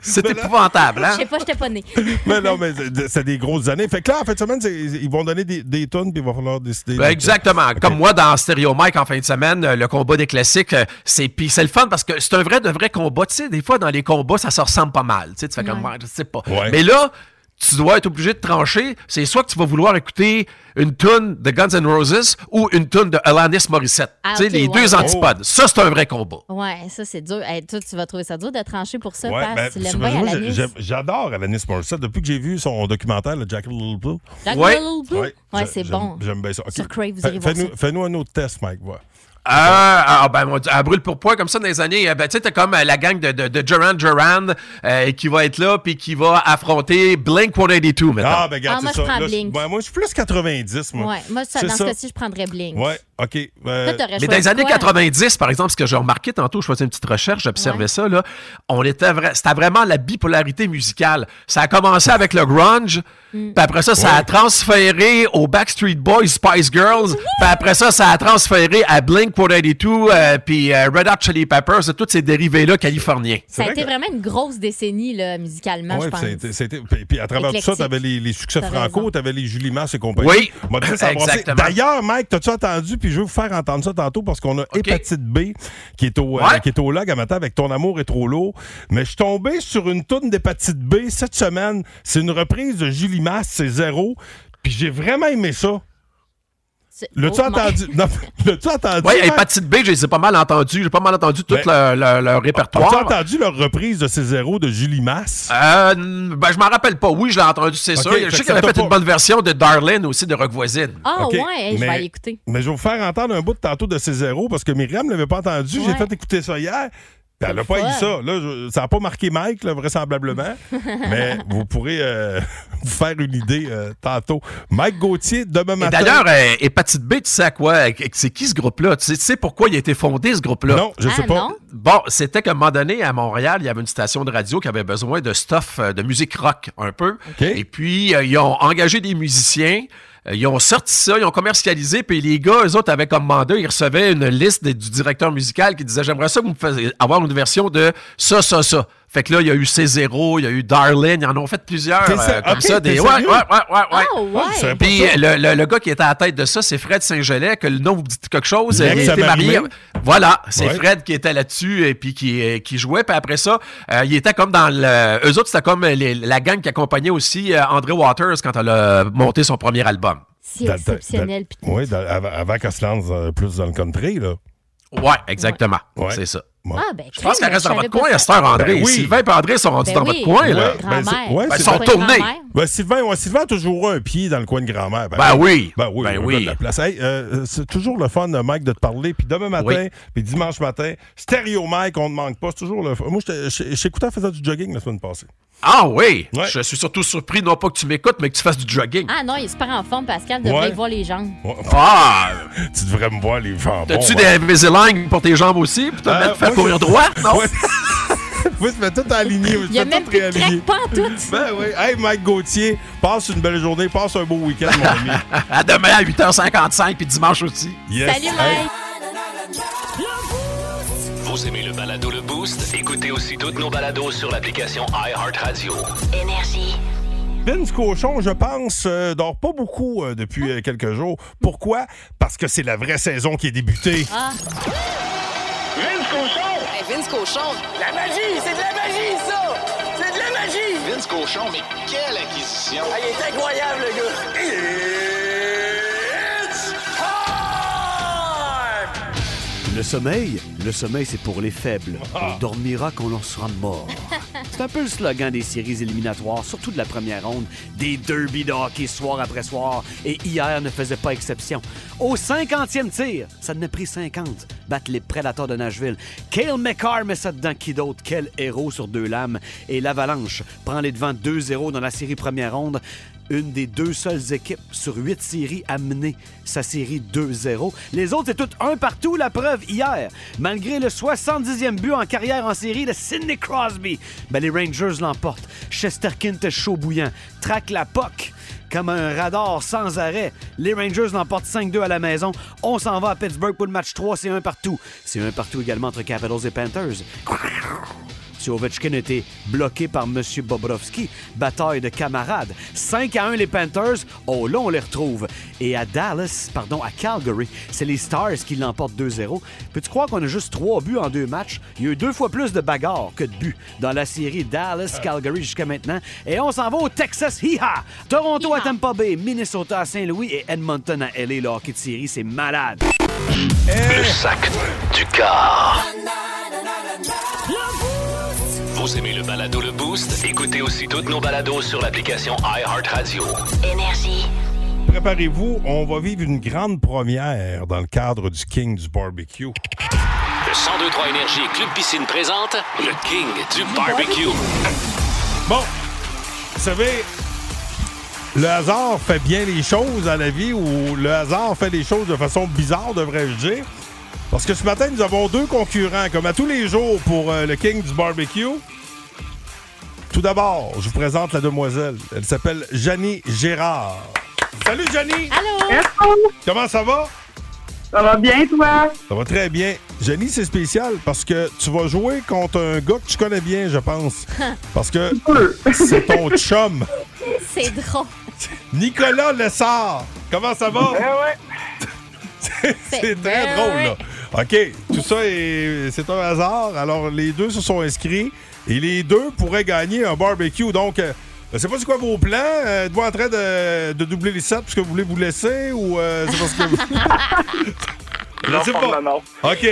[SPEAKER 10] C'est épouvantable,
[SPEAKER 4] Je
[SPEAKER 10] hein?
[SPEAKER 4] sais pas, j'étais pas née.
[SPEAKER 3] mais Ben non, mais c'est c'est des grosses années. Fait que là, en fin de semaine, c'est- ils vont donner des, des tonnes, puis il va falloir décider.
[SPEAKER 10] Ben, exactement. Comme moi, dans Stereo Mike, en fin de semaine, euh, le combat des classiques, euh, c'est puis c'est le fun parce que c'est un vrai de vrai combat. Tu sais, des fois, dans les combats, ça se ressemble pas mal. Tu sais, tu fais comme, je sais pas. Mais là, tu dois être obligé de trancher. C'est soit que tu vas vouloir écouter une tune de Guns N' Roses ou une tune de Alanis Morissette.
[SPEAKER 4] Ah,
[SPEAKER 10] tu sais,
[SPEAKER 4] ok,
[SPEAKER 10] les
[SPEAKER 4] ouais.
[SPEAKER 10] deux
[SPEAKER 4] Oh.
[SPEAKER 10] antipodes. Ça, c'est un vrai combat.
[SPEAKER 4] Ouais, ça, c'est dur. Hey, toi, tu vas trouver ça dur de trancher pour ça,
[SPEAKER 3] Ouais,
[SPEAKER 4] parce
[SPEAKER 3] ben,
[SPEAKER 4] que tu
[SPEAKER 3] c'est
[SPEAKER 4] l'aimes
[SPEAKER 3] parce
[SPEAKER 4] bien
[SPEAKER 3] que
[SPEAKER 4] à
[SPEAKER 3] moi,
[SPEAKER 4] la
[SPEAKER 3] j'ai- j'aime- J'adore Alanis Morissette. Depuis que j'ai vu son documentaire, le Jack Little Blue.
[SPEAKER 4] Jack Ouais. Little Blue? Hum. Ouais,
[SPEAKER 3] j'a-
[SPEAKER 4] c'est
[SPEAKER 3] j'aime-
[SPEAKER 4] bon.
[SPEAKER 3] J'aime bien ça. Ok.
[SPEAKER 4] Sur Crave, vous
[SPEAKER 3] Fais-
[SPEAKER 4] irez voir
[SPEAKER 3] fais-nous-
[SPEAKER 4] ça.
[SPEAKER 3] Fais-nous un autre test, Mike. Voilà.
[SPEAKER 10] Ah, ah, ben, mon Dieu, à brûle pour point, comme ça, dans les années, euh, ben, tu sais, t'as comme euh, la gang de, de, de Duran Duran euh, qui va être là, puis qui va affronter Blink 182, maintenant.
[SPEAKER 3] Ah, ben, regarde,
[SPEAKER 4] Ah, moi,
[SPEAKER 3] c'est
[SPEAKER 4] je
[SPEAKER 3] ça.
[SPEAKER 4] prends
[SPEAKER 3] Là,
[SPEAKER 4] Blink.
[SPEAKER 3] ouais, moi, je suis plus 90, moi.
[SPEAKER 4] Ouais, moi, ça,
[SPEAKER 3] C'est
[SPEAKER 4] dans ce cas-ci, je prendrais Blink.
[SPEAKER 3] Ouais, OK. euh,
[SPEAKER 4] Toi, t'aurais
[SPEAKER 10] Mais dans les
[SPEAKER 4] choisi
[SPEAKER 10] années
[SPEAKER 4] quoi?
[SPEAKER 10] 90, par exemple, ce que j'ai remarqué tantôt, je faisais une petite recherche, j'observais ça, là, on était vra- c'était vraiment la bipolarité musicale. Ça a commencé avec le grunge, puis après ça, ça a transféré aux Backstreet Boys, Spice Girls, puis après ça, ça a transféré à Blink-182, euh, puis euh, Red Hot Chili Peppers, et tous ces dérivés-là californiens.
[SPEAKER 4] Ça a été vraiment une grosse décennie, là, musicalement, je
[SPEAKER 3] Ah ouais,
[SPEAKER 4] pense.
[SPEAKER 3] c'était- c'était- puis, puis à travers tout ça,
[SPEAKER 4] Éclectique.
[SPEAKER 3] t'avais les, les succès
[SPEAKER 4] T'as
[SPEAKER 3] franco,
[SPEAKER 4] raison.
[SPEAKER 3] t'avais les Julie Mars et compagnie.
[SPEAKER 10] Oui,
[SPEAKER 3] M'a dit, ça a brassé.
[SPEAKER 10] exactement.
[SPEAKER 3] D'ailleurs, Mike, t'as-tu entendu? Puis je veux vous faire entendre ça tantôt parce qu'on a hépatite B qui est, au, euh, qui est au log à matin avec Ton amour est trop lourd. Mais je suis tombé sur une toune d'hépatite B cette semaine. C'est une reprise de Julie Mars, c'est zéro. Puis j'ai vraiment aimé ça. L'as-tu
[SPEAKER 4] Oh
[SPEAKER 3] entendu? Non, l'as-tu entendu?
[SPEAKER 10] Oui,
[SPEAKER 3] Marc?
[SPEAKER 10] et Petite B, je les ai pas mal entendus. J'ai pas mal entendu tout leur, leur-
[SPEAKER 3] Ah,
[SPEAKER 10] leur répertoire.
[SPEAKER 3] As-tu entendu leur reprise de ces zéros de Julie Masse?
[SPEAKER 10] Euh, ben, je m'en rappelle pas. Oui, je l'ai entendu, c'est
[SPEAKER 3] Ok,
[SPEAKER 10] sûr.
[SPEAKER 3] fait
[SPEAKER 10] Je sais
[SPEAKER 3] que
[SPEAKER 10] qu'elle a
[SPEAKER 3] ça t'a
[SPEAKER 10] fait une
[SPEAKER 3] pas-
[SPEAKER 10] bonne version de Darlene aussi de Rock Voisine.
[SPEAKER 4] Ah,
[SPEAKER 3] OK,
[SPEAKER 4] ouais, hey, je vais
[SPEAKER 3] mais-
[SPEAKER 4] aller écouter.
[SPEAKER 3] Mais je vais vous faire entendre un bout de tantôt de ces zéros parce que Myriam ne l'avait pas entendu. J'ai
[SPEAKER 4] Ouais.
[SPEAKER 3] fait écouter ça hier. Puis elle n'a pas
[SPEAKER 4] fun.
[SPEAKER 3] eu ça. Là, je- ça n'a pas marqué Mike, là, vraisemblablement. mais vous pourrez euh, vous faire une idée euh, tantôt. Mike Gauthier, demain
[SPEAKER 10] Et
[SPEAKER 3] matin.
[SPEAKER 10] d'ailleurs, euh, Hépatite B, tu sais à quoi? euh, C'est qui ce groupe-là? Tu sais, tu sais pourquoi il a été fondé, ce groupe-là?
[SPEAKER 3] Non, je sais Ah, pas. non?
[SPEAKER 10] Bon, c'était qu'à un moment donné, à Montréal, il y avait une station de radio qui avait besoin de stuff, euh, de musique rock, un peu. Et puis, euh, ils ont engagé des musiciens. euh, Ils ont sorti ça, ils ont commercialisé, puis les gars, eux autres, avaient comme mandat, ils recevaient une liste des- du directeur musical qui disait J'aimerais ça que vous me fassiez avoir une version de ça, ça, ça. Fait que là, il y a eu C0, il y a eu Darlene, ils en ont fait plusieurs
[SPEAKER 3] T'es
[SPEAKER 10] euh,
[SPEAKER 3] sé-
[SPEAKER 10] comme
[SPEAKER 3] ok,
[SPEAKER 10] ça.
[SPEAKER 3] t'es
[SPEAKER 10] Des... Ouais, ouais,
[SPEAKER 3] sérieux?
[SPEAKER 10] ouais, ouais, ouais.
[SPEAKER 4] Ah, ouais.
[SPEAKER 3] je savais pas
[SPEAKER 10] Puis euh,
[SPEAKER 3] ça.
[SPEAKER 10] le, le- le gars qui était à la tête de ça, c'est Fred Saint-Gelais, que le nom vous dit quelque chose. euh,
[SPEAKER 3] L'ex
[SPEAKER 10] Il était marié.
[SPEAKER 3] Samarimé.
[SPEAKER 10] Voilà, c'est
[SPEAKER 3] Ouais.
[SPEAKER 10] Fred qui était là-dessus et puis qui, euh, qui jouait. Puis après ça, euh, il était comme dans le. euh, Eux autres, c'était comme les- la gang qui accompagnait aussi euh, André Waters quand elle a monté son premier album.
[SPEAKER 4] C'est exceptionnel. puis-
[SPEAKER 3] Oui, dans- avant, avant qu'elle se lance euh, plus dans le country, là.
[SPEAKER 10] Ouais, exactement. C'est ça.
[SPEAKER 4] Ah, ben,
[SPEAKER 10] Je pense qu'elle reste dans
[SPEAKER 4] savais
[SPEAKER 10] votre
[SPEAKER 4] pas
[SPEAKER 10] coin
[SPEAKER 4] ça.
[SPEAKER 10] à cette heure, André.
[SPEAKER 3] Ben oui.
[SPEAKER 10] Sylvain et André sont rendus
[SPEAKER 4] Ben
[SPEAKER 10] dans
[SPEAKER 4] oui.
[SPEAKER 10] votre coin, là.
[SPEAKER 4] Ouais, Grand-mère.
[SPEAKER 3] c'est- ouais,
[SPEAKER 10] Ben,
[SPEAKER 3] c'est-
[SPEAKER 10] ils sont
[SPEAKER 4] Pas
[SPEAKER 10] tournés.
[SPEAKER 4] grand-mère.
[SPEAKER 3] Ben, Sylvain, ouais, Sylvain a toujours un pied dans le coin de grand-mère.
[SPEAKER 10] Ben oui.
[SPEAKER 3] Ben oui,
[SPEAKER 10] Ben
[SPEAKER 3] le
[SPEAKER 10] oui.
[SPEAKER 3] gars de la place. Hey, euh, c'est toujours le fun, euh, Mike, de te parler. Puis demain matin,
[SPEAKER 10] Oui.
[SPEAKER 3] puis dimanche matin, stéréo Mike, on ne manque pas. C'est toujours le fun. Moi, j'étais- j'étais- j'écoutais en faisant du jogging la semaine passée.
[SPEAKER 10] Ah oui! Je suis surtout surpris, non pas que tu m'écoutes, mais que tu fasses du jogging.
[SPEAKER 4] Ah non, il est super en forme, Pascal, de bien
[SPEAKER 10] Ouais.
[SPEAKER 4] voir les jambes.
[SPEAKER 10] Ah!
[SPEAKER 3] tu devrais me voir les jambes.
[SPEAKER 10] T'as-tu
[SPEAKER 3] Bon, ouais.
[SPEAKER 10] des Invisalign pour tes jambes aussi? Puis te
[SPEAKER 3] Euh,
[SPEAKER 10] mettre faire
[SPEAKER 3] moi,
[SPEAKER 10] courir
[SPEAKER 3] je-
[SPEAKER 10] droit? Non?
[SPEAKER 3] Ouais. Moi, je me tout aligné.
[SPEAKER 4] Il y a même plus de craque, pas en tout.
[SPEAKER 3] Ben oui. Hey, Mike Gauthier, passe une belle journée, passe un beau week-end, mon ami.
[SPEAKER 10] à demain à 8h55 puis dimanche aussi.
[SPEAKER 3] Yes.
[SPEAKER 4] Salut, Mike.
[SPEAKER 2] Vous aimez le balado Le Boost? Écoutez aussi toutes nos balados sur l'application iHeartRadio. Énergie.
[SPEAKER 3] Vince Cochon, je pense, euh, dort pas beaucoup euh, depuis euh, quelques jours. Pourquoi? Parce que c'est la vraie saison qui est débutée.
[SPEAKER 12] Vince Cochon! Vince Cochon! La magie! C'est de la magie, ça! C'est de la magie! Vince Cochon, mais quelle acquisition! Ah, il est incroyable, le gars! It's time!
[SPEAKER 15] Le sommeil, le sommeil c'est pour les faibles.
[SPEAKER 12] Ah.
[SPEAKER 15] On dormira qu'on en sera mort. C'est un peu le slogan des séries éliminatoires, surtout de la première ronde, des derbies de hockey soir après soir, et hier ne faisait pas exception. Au 50e tir, ça ne pris 50, battre les Predators de Nashville. Kale McCarr met ça dedans qui d'autre, quel héros sur deux lames, et l'Avalanche prend les devants 2-0 dans la série première ronde une des deux seules équipes sur huit séries à mener sa série 2-0. Les autres, c'est toutes un partout, la preuve hier. Malgré le 70e but en carrière en série de Sidney Crosby, ben, les Rangers l'emportent. Chesterkin est chaud bouillant, traque la POC comme un radar sans arrêt. Les Rangers l'emportent 5-2 à la maison. On s'en va à Pittsburgh pour le match 3, c'est un partout. C'est un partout également entre Capitals et Panthers. Si Ovechkin était bloqué par M. Bobrovski, bataille de camarades. 5 à 1 les Panthers, oh là on les retrouve. Et à Dallas, pardon, à Calgary, c'est les Stars qui l'emportent 2-0. Peux-tu croire qu'on a juste 3 buts en deux matchs? Il y a eu deux fois plus de bagarres que de buts dans la série
[SPEAKER 16] Ah.
[SPEAKER 15] Dallas-Calgary jusqu'à maintenant. Et on s'en va au Texas, hi-ha! Toronto à Tampa Bay, Minnesota à Saint-Louis et Edmonton à LA, le hockey de série, c'est malade.
[SPEAKER 2] Le sac du car. Vous aimez le balado Le Boost? Écoutez aussi toutes nos balados sur l'application iHeartRadio. Énergie.
[SPEAKER 3] Préparez-vous, on va vivre une grande première dans le cadre du King du barbecue.
[SPEAKER 2] Le 1023 Énergie Club Piscine présente le King du barbecue.
[SPEAKER 3] Bon, vous savez, le hasard fait bien les choses à la vie ou le hasard fait les choses de façon bizarre, devrais-je dire. Parce que ce matin, nous avons deux concurrents, comme à tous les jours, pour euh, le King du barbecue. Tout d'abord, je vous présente la demoiselle. Elle s'appelle Janie Gérard. Salut, Janie!
[SPEAKER 10] Hein?
[SPEAKER 17] Allô?
[SPEAKER 3] Comment ça va?
[SPEAKER 17] Ça va bien, toi?
[SPEAKER 3] Ça va très bien. Janie, c'est spécial parce que tu vas jouer contre un gars que tu connais bien, je pense. Parce que c'est ton chum.
[SPEAKER 4] C'est drôle.
[SPEAKER 3] Nicolas Lessard. Comment ça va?
[SPEAKER 18] Ben
[SPEAKER 3] C'est- c'est très
[SPEAKER 4] Ben
[SPEAKER 3] drôle,
[SPEAKER 4] ouais.
[SPEAKER 3] là. OK, tout ça, est- c'est un hasard. Alors, les deux se sont inscrits et les deux pourraient gagner un barbecue. Donc, euh, Je sais pas c'est quoi vos plans. Euh, Êtes-vous en train de, de doubler les sets parce que vous voulez vous laisser ou euh, c'est parce que vous...
[SPEAKER 18] Non, non,
[SPEAKER 3] OK.